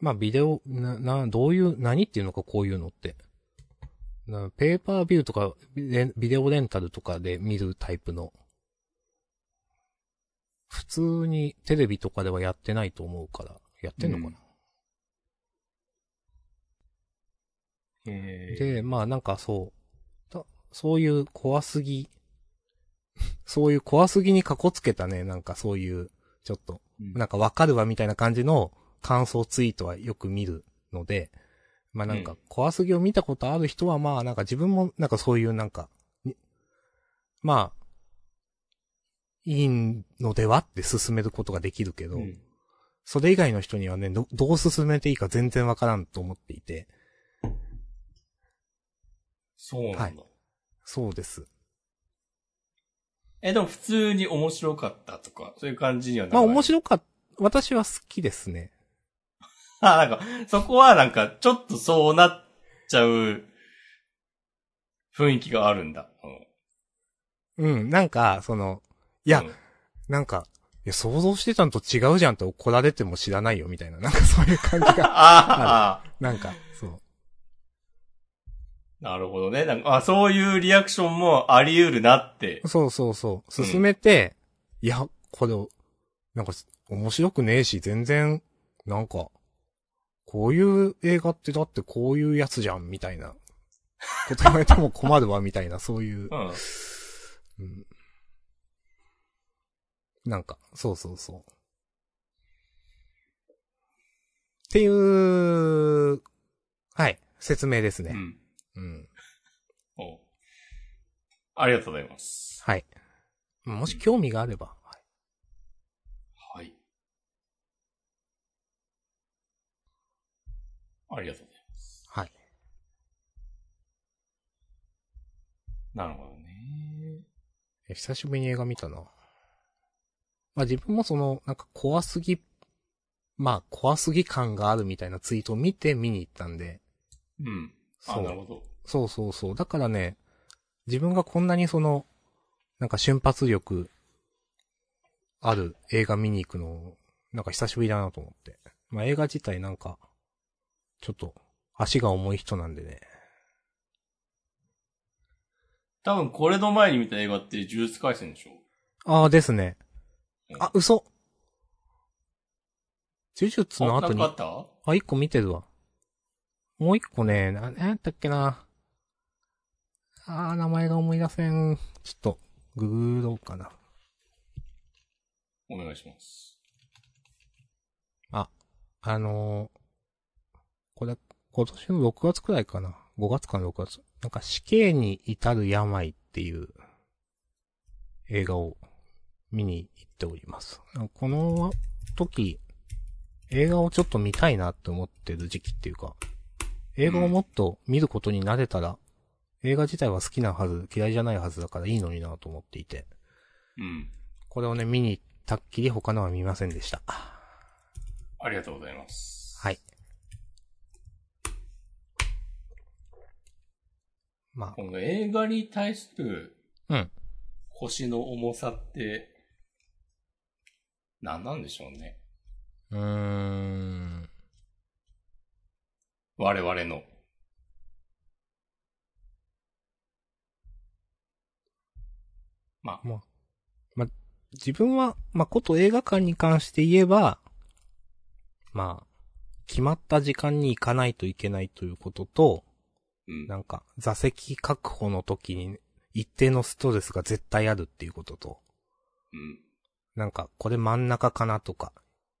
まあ、ビデオ、な、な、どういう、何っていうのか、こういうのって。なペーパービューとかビレンビデオレンタルとかで見るタイプの。普通にテレビとかではやってないと思うから、やってんのかな、えで、まあなんかそう、たそういう怖すぎ、 そういう怖すぎにかこつけたね、なんかそういう、ちょっと、うんなんかわかるわみたいな感じの感想ツイートはよく見るので、まあなんうかん怖すぎを見たことある人はまあなんか自分もなんかそういうなんか、にまあ、いいのではって進めることができるけど、うんそれ以外の人にはね、ど、どう進めていいか全然わからんと思っていて。そうなんだ。はいそうです。え、でも普通に面白かったとか、そういう感じにはなまあ面い。白かっ、私は好きですね。 あ、なんか、そこはなんか、ちょっとそうなっちゃう雰囲気があるんだ。うんうん、なんか、その、いや、うんなんか、いや、想像してたのと違うじゃんって怒られても知らないよみたいな、なんかそういう感じが、ああ、なんか、そう。なるほどね。なんか、あ、そういうリアクションもあり得るなって。そうそうそう。うん進めて、いや、これ、なんか、面白くねえし、全然、なんか、こういう映画ってだってこういうやつじゃん、みたいな。こと言われても困 るわ、みたいな、そういうう。ん。うん。なんか、そうそうそう。っていう、はい、説明ですうね。ん。うん。おありがとうございます。はい。もし興味があれば。はいはい。ありがとうございます。はい。なるほどね。え久しぶりに映画見たな。まあ自分もその、なんか怖すぎ、まあ怖すぎ感があるみたいなツイートを見て見に行ったんで。うん。そあ、うなるほど。そうそうそう。だからね、自分がこんなにその、なんか瞬発力ある映画見に行くの、なんか久しぶりだなと思って。まあ映画自体なんか、ちょっと足が重い人なんでね。多分これの前に見た映画って呪術回戦でしょああですねう。んあ、嘘。呪術の後にあ、なんかあっあ、一個見てるわ。もう一個ね、な、なんやったっけな。あー、名前が思い出せん。ちょっと、ググろうかな。たお願いします。あのー、これ、今年の6月くらいかな。5月かな、6月。なんか死刑に至る病っていう映画を見に行っております。なんかこの時、映画をちょっと見たいなって思ってる時期っていうか、映画をもっと見ることに慣れたら、映画自体は好きなはず、嫌いじゃないはずだからいいのになと思っていて、うん。これをね、見に行ったっきり他のは見ませんでした。ありがとうございます。はい。まこの映画に対するあ、うん。腰の重さって、何なんでしょうね。うーん。我々の。まあ、自分は、まあ、こと映画館に関して言えば、まあ、決まった時間に行かないといけないということと、うん。なんか、座席確保の時に、一定のストレスが絶対あるっていうことと、うん。なんか、これ真ん中かなとか、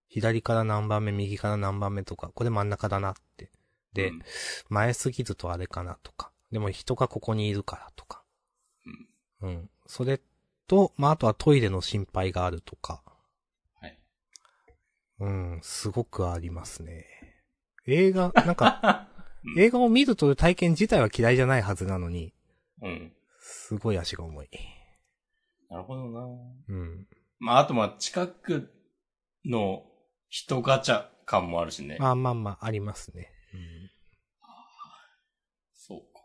左から何番目、右から何番目とか、これ真ん中だなって。で、うん前すぎるとあれかなとか。でも人がここにいるからとか。うん。それと、まあ、あとはトイレの心配があるとか。はい。 うん、すごくありますね。映画、なんか、 うん映画を見るという体験自体は嫌いじゃないはずなのに、うん。すごい足が重い。なるほどなうん。まあ、あとまあ、近くの人ガチャ感もあるしね。まあまあまあ、ありますね。そうか。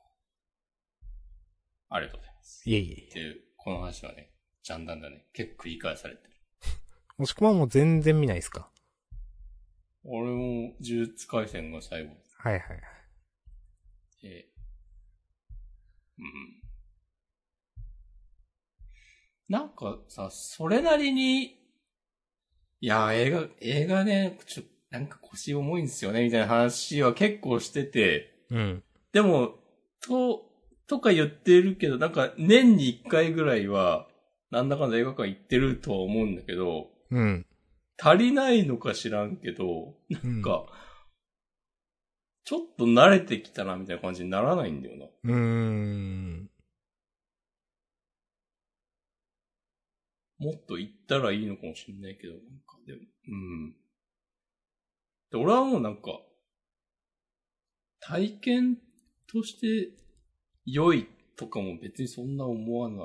ありがとうございます。いえいえいえ。っていう、この話はね、ジャンダンだね。結構繰り返されてる。もしくはもう全然見ないですか俺も、呪術回戦が最後はいはいはい。で、うん。なんかさ、それなりに、いや、映画、映画ね、ちょ、なんか腰重いんですよね、みたいな話は結構してて、うん。でも、と、とか言ってるけど、なんか年に一回ぐらいは、なんだかんだ映画館行ってるとは思うんだけど、うん。足りないのか知らんけど、うんなんか、ちょっと慣れてきたな、みたいな感じにならないんだよな。うーん。もっと行ったらいいのかもしれないけど、なんかでも、うん。で、俺はもうなんか、体験として良いとかも別にそんな思わない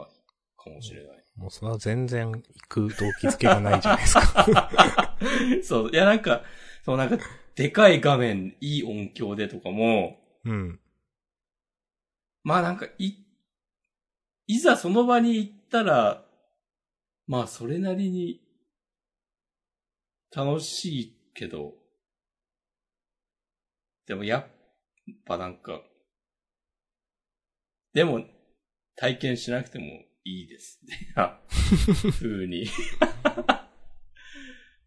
かもしれない。もうそれは全然行く動機づけがないじゃないですか。そう、いやなんか、そうなんか、でかい画面、いい音響でとかも、うん。まあなんか、い、いざその場に行ったら、まあそれなりに、楽しいけど、でもやっぱなんか、でも、体験しなくてもいいですね。あ風に。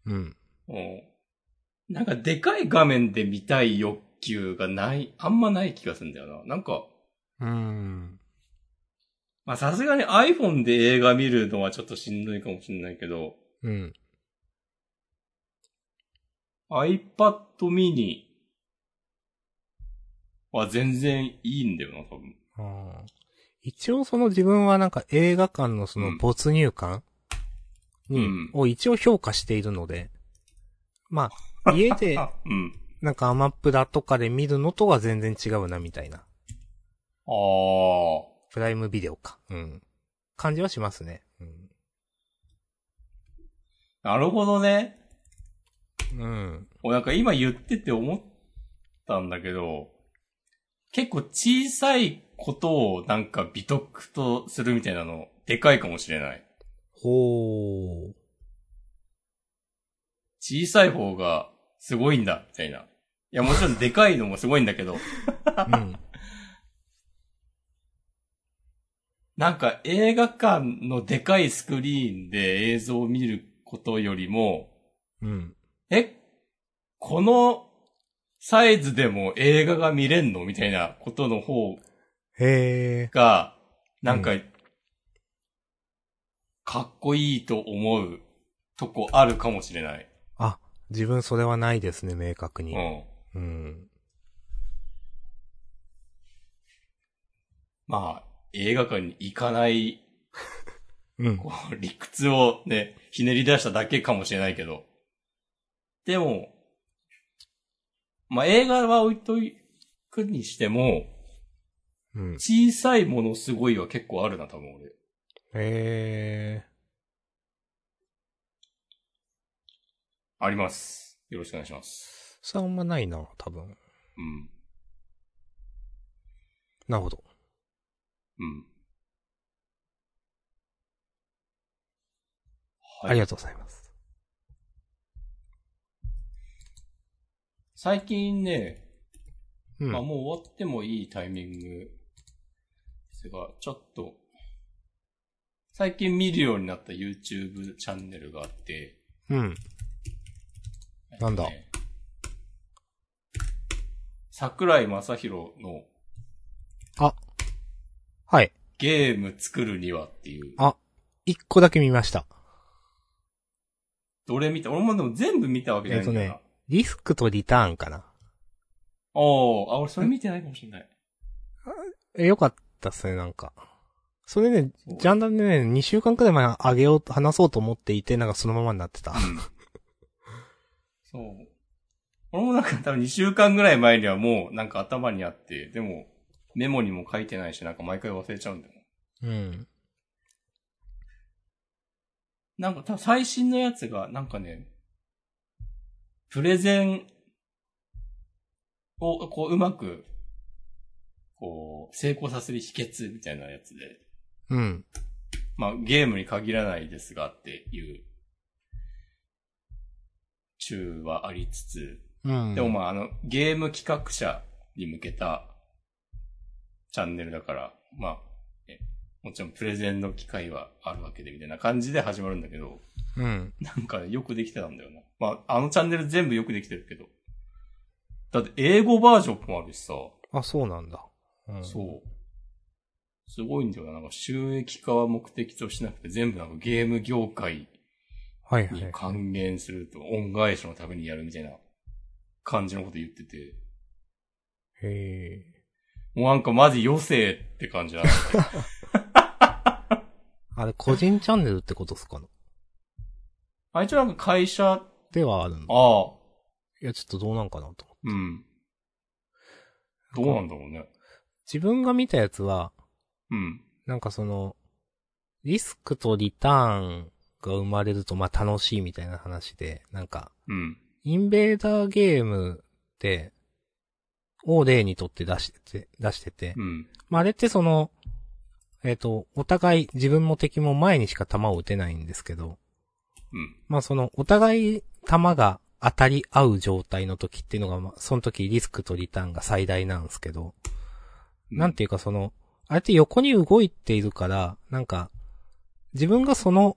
うん。うんなんかでかい画面で見たい欲求がない、あんまない気がするんだよな。なんか、うん。まあさすがに iPhone で映画見るのはちょっとしんどいかもしんないけど、うん。 iPad mini は全然いいんだよな、多分。あー一応その自分はなんか映画館のそのうん没入感に、うんを一応評価しているので、まあ、家 であ、うん。なんかアマプラとかで見るのとは全然違うなみたいな。ああ。プライムビデオか。うん。感じはしますね。うん。なるほどね。うん。俺なんか今言ってて思ったんだけど、結構小さいことをなんか美徳とするみたいなの、でかいかもしれない。ほー。小さい方がすごいんだ、みたいな。いや、もちろんでかいのもすごいんだけど、うん。なんか映画館のでかいスクリーンで映像を見ることよりも、うん。え、このサイズでも映画が見れんのみたいなことの方へが、なんか、うかっこいいと思うとこあるかもしれない。ー。あ、自分それはないですね、明確うに。ん。うん。まあ、映画館に行かない、うん。こう、 理屈をね、ひねり出しただけかもしれないけど。でも、まあ映画は置いとくにしても、うん。小さいものすごいは結構あるな、多分俺。へあります。よろしくお願いします。ー。それはあんまないな、多分。うん。なるほど。うん。ありがとうございます。最近ね、うん。まあもう終わってもいいタイミングですが、ちょっと、最近見るようになった YouTube チャンネルがあって、うん。なんだえっとね桜井正宏のはい。ゲーム作るにはっていうあ、一個だけ見ました。どれ見た俺もでも全部見たわけじゃないんだよえっな。とリスクとリターンかな。おー、あ、俺それ見てないかもしれ ない。え、よかったっすね、なんか。それねそう、ジャンダンでね、2週間くらい前にあげようと、話そうと思っていて、なんかそのままになってた。そう。俺もなんか多分2週間ぐらい前にはもうなんか頭にあって、でもメモにも書いてないしなんか毎回忘れちゃうんだよ。うん。なんか多分最新のやつがなんかね、プレゼンをこううまくこう成功させる秘訣みたいなやつで、うん。まあゲームに限らないですがっていう中はありつつ、うん。でもまあ、あの、ゲーム企画者に向けたチャンネルだから、まあ、えもちろんプレゼンの機会はあるわけで、みたいな感じで始まるんだけど、うん。なんかねよくできてたんだよな。まあ、あのチャンネル全部よくできてるけど。だって英語バージョンもあるしさ、あ、そうなんだ。うん、そう。すごいんだよな。なんか収益化は目的としなくて、全部なんかゲーム業界はいはにい。還元すると、恩返しのためにやるみたいな感じのこと言ってて。へえ。もうなんかマジ余生って感じ だな。あれ、個人チャンネルってことっすかのあ一応なんか会社、あではあるのあ、いや、ちょっとどうなんかなと思って。うん。どうなんだろうね。自分が見たやつは、うん。なんかその、リスクとリターンが生まれるとまあ楽しいみたいな話で、なんか、うん。インベーダーゲームって、を例にとって出してて、出してて、うん。まああれってその、えっ、と、お互い自分も敵も前にしか弾を撃てないんですけど、うん。まあその、お互い弾が当たり合う状態の時っていうのが、まあその時リスクとリターンが最大なんですけど、なんていうかその、あれって横に動いているから、なんか、自分がその、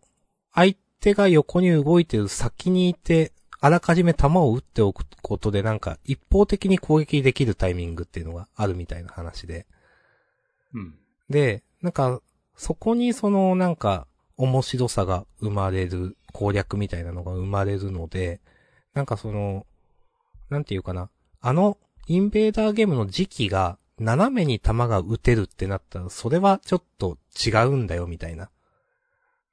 相手が横に動いている先にいて、あらかじめ弾を撃っておくことでなんか一方的に攻撃できるタイミングっていうのがあるみたいな話で。うん。で、なんか、そこにそのなんか、面白さが生まれる、攻略みたいなのが生まれるので、なんかその、なんていうかな、あの、インベーダーゲームの時期が、斜めに弾が撃てるってなったら、それはちょっと違うんだよ、みたいな。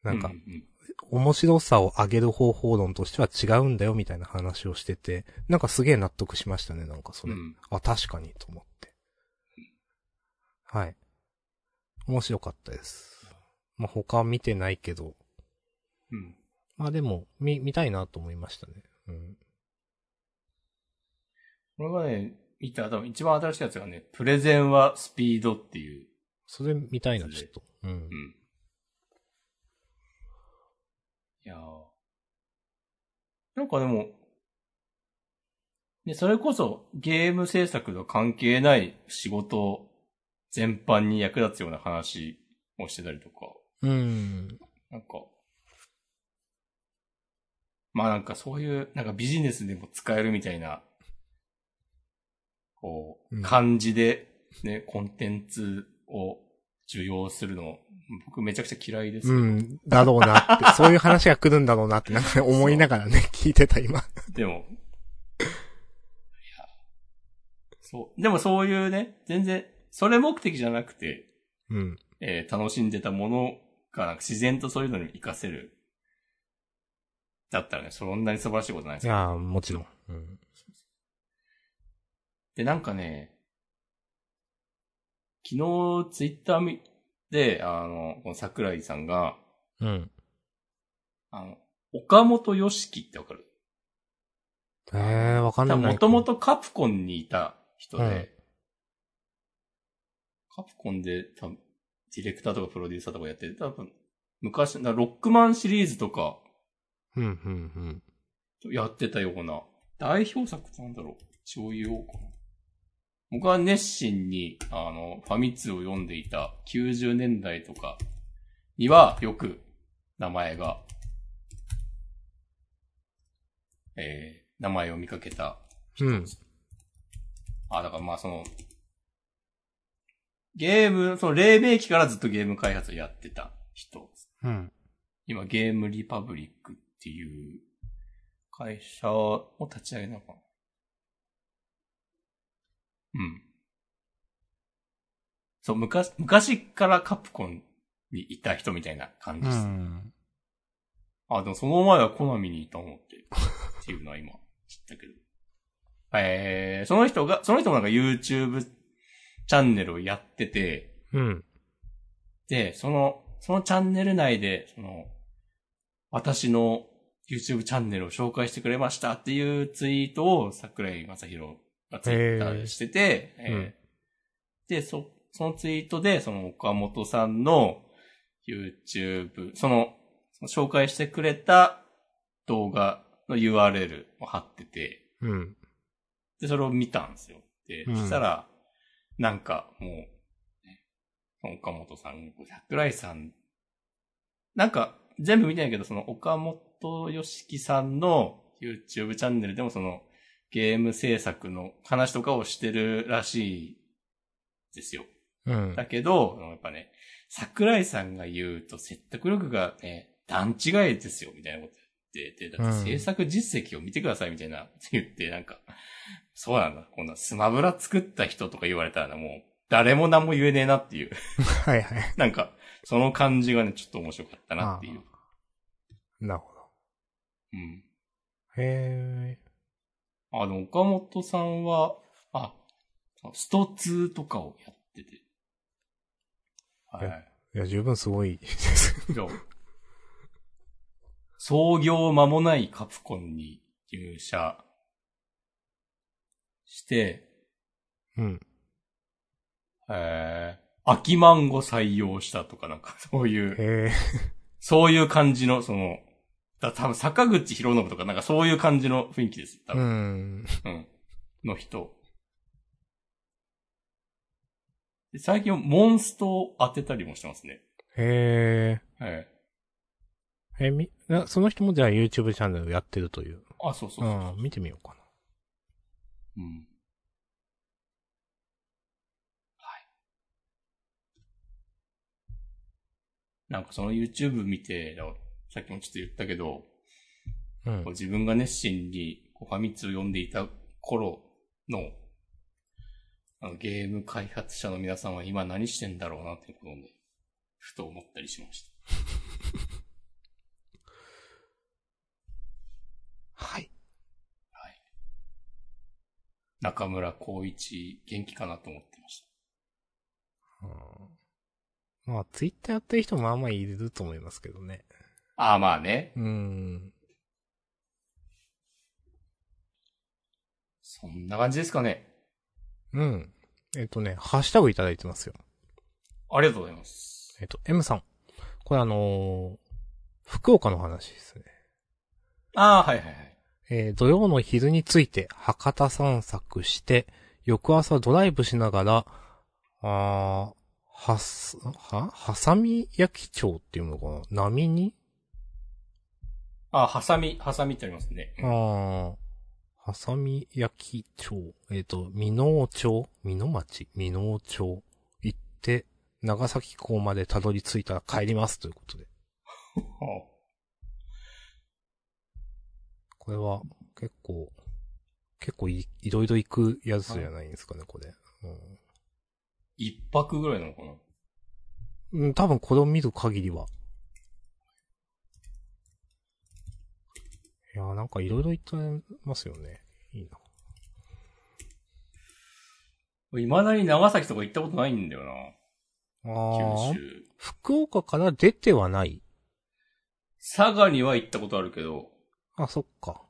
なんかう、ん。面白さを上げる方法論としては違うんだよ、みたいな話をしてて、なんかすげえ納得しましたね、なんかそれ。うんあ、確かに、と思って。はい。面白かったです。まあ、他見てないけど、うん。まあでも、見、見たいなと思いましたね。うん。これがね、見た、多分一番新しいやつがね、プレゼンはスピードっていう。それ見たいな、そちょれっと。うんう。ん。いやーなんかでも、ね、それこそゲーム制作と関係ない仕事全般に役立つような話をしてたりとか、うん。なんか、まあなんかそういう、なんかビジネスでも使えるみたいな、こうう、ん感じで、ね、コンテンツを受容するの、僕めちゃくちゃ嫌いですけうど、ん。だろうな って、そういう話が来るんだろうなって、なんかね思いながらね、聞いてた、今。でも、いや、そう、でもそういうね、全然、それ目的じゃなくて、うん。えー楽しんでたものが、なんか自然とそういうのに活かせる。だったらね、そんなに素晴らしいことないですいやーもちろん。うん。で、なんかね、昨日ツイッターみで、あの、この桜井さんが、うん。あの、岡本良樹ってわかるえー、わかんない。もともとカプコンにいた人で、うんカプコンで多分、ディレクターとかプロデューサーとかやってて、多分、昔、だからロックマンシリーズとかうん、うん、うん。やってたような、代表作なんだろう。そういう王かな。僕は熱心に、あの、ファミ通を読んでいた90年代とかにはよく名前が、えー、名前を見かけたうん。あ、だからまあその、ゲーム、その黎明期からずっとゲーム開発をやってた人。うん。今ゲームリパブリックっていう会社を立ち上げたのかな。うん。そう、昔、昔からカプコンにいた人みたいな感じうです。ん。あ、でもその前はコナミにいたもんって、っていうのは今知ったけど。えー、その人が、その人もなんか YouTube チャンネルをやってて、うん。で、その、そのチャンネル内で、その、私の YouTube チャンネルを紹介してくれましたっていうツイートを桜井正宏がツイッターでしてて、ーえーで、そ、そのツイートで、その岡本さんの YouTube、その、その紹介してくれた動画の URL を貼ってて、うん。で、それを見たんですよ。で、うんそしたら、なんかもう、ね岡本さん、桜井さん、なんか全部見てないけど、その岡本よしきさんの YouTube チャンネルでもそのゲーム制作の話とかをしてるらしいですよ。うん。だけど、やっぱね、桜井さんが言うと説得力がね、段違いですよ、みたいなこと言って、で、だって制作実績を見てください、みたいな、って言って、なんか、そうなんだ、こんなスマブラ作った人とか言われたらもう、誰も何も言えねえなっていう、 はいはい。なんか、その感じがね、ちょっと面白かったなっていう。なるほど。うん。へあの、岡本さんは、あ、スト2とかをやっってて。はい。いや、十分すごい です。そう。創業間もないカプコンに入社して、うん。えー、空きマンゴ採用したとかなんか、そういう、へえ。そういう感じの、その、だ多分坂口博信とかなんかそういう感じの雰囲気です。多う分、ん。うん。の人。で最近、モンストを当てたりもしてますね。へえ。はい。え、み、なその人もじゃあ YouTube チャンネルやってるという。あ、そうそううそう。ん、見てみようかうん。はい。なんかその YouTube 見て、だからさっきもちょっと言ったけど、な。こう。うん自分が熱心にこうファミ通を読んでいた頃の、あのゲーム開発者の皆さんは今何してんだろうなっていうことをね、ふと思ったりしました。はい。中村光一、元気かなと思ってました。うんまあ、ツイッターやってる人もあんまいると思いますけどね。ああ、まあね。うん。そんな感じですかね。うん。えっとね、ハッシュタグいただいてますよ。ありがとうございます。えっと、M さん。これあのー福岡の話ですね。ああ、はいはいはい。えー土曜の昼について博多散策して、翌朝ドライブしながら、あーはす、ははさみ焼き町っていうのかな波にあ、ハサミ、ハサミってありますね。あーはさみ焼き町。えっ、と、美濃町美濃町美濃町。行って、長崎港までたどり着いたら帰りますということで。はこれは、結構、結構い、いろいろ行くやつじゃないですかね、これ。うん一泊ぐらいなのかなうん、多分これを見る限りは。いやーなんかいろいろ行ってますよね。いいな。未だに長崎とか行ったことないんだよな。あ九あ、州。福岡から出てはない。佐賀には行ったことあるけど、あ、そっか。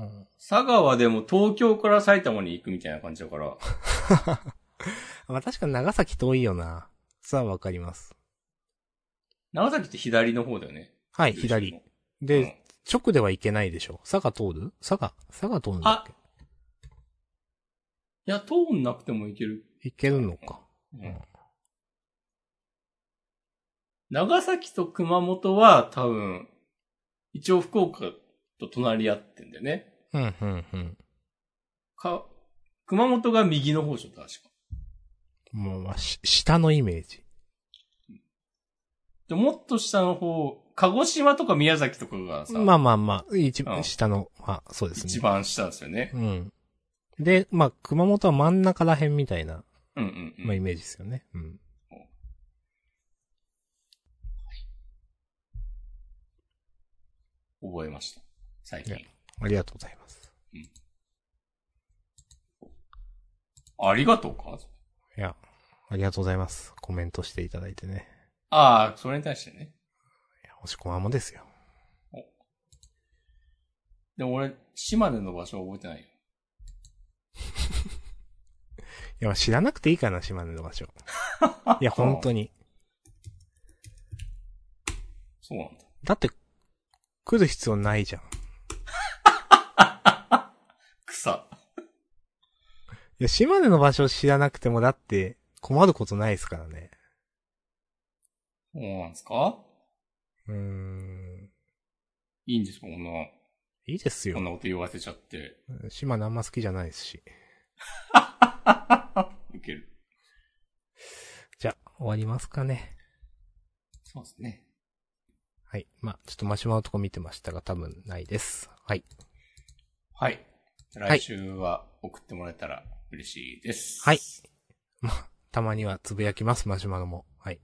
うん、佐賀はでも東京から埼玉に行くみたいな感じだから、 まあ確かに長崎遠いよな。さあわかります。長崎って左の方だよね。はい、九州の左。。うで、ん直では行けないでしょ。佐賀通る佐賀、佐賀通るんだっけいや、通んなくても行ける。行けるのか。うん長崎と熊本は多分、一応福岡と隣り合ってんだよね。うん、うん、うん。か、熊本が右の方でしょ、確か。もう、まあ、し下のイメージ。で、もっと下の方、鹿児島とか宮崎とかがさ、まあまあまあ、一うん番下の、まあ、そうですね。一番下ですよね。うん。で、まあ、熊本は真ん中ら辺みたいな、うんうんうん。まあ、イメージですよね。うん。覚えました。最い近。ありがとうございます。ありがとうかいや、ありがとうございます。コメントしていただいてね。ああ、それに対してね。いや、押し込まんもですよ。でも俺、島根の場所覚えてないよ。いや、知らなくていいかな、島根 の場所。いや、本当に。そうなんだ。だって、来る必要ないじゃん。い草。や、島根の場所を知らなくても、だって、困ることないですからね。そうなんですかうーん。いいんですかこんな、いいですこんよ。なこと言わせちゃって。 島根あんま好きじゃないですし。ウケる。じゃあ、終わりますかね。そうですね。はい。まあ、ちょっとマシュマロのとこ見てましたが、多分ないです。はい。はい。い来週は送ってもらえたら嬉しいです。はいまあ、 たまにはつぶやきます、マシュマロも。はい。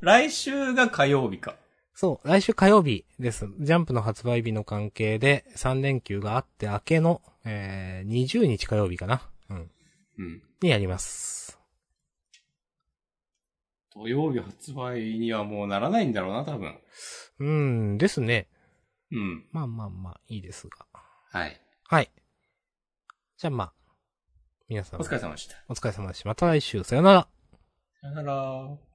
来週が火曜日か。そう、来週火曜日です。ジャンプの発売日の関係で、3連休があって、明けの、えー、20日火曜日かな。うん。うん。にやります。土曜日発売にはもうならないんだろうな、多分。うん、ですね。うん。まあまあまあ、いいですが。はい。はい。じゃあまあ、皆さんお疲れ様でした。お疲れ様でした。また来週、さよなら。さよなら。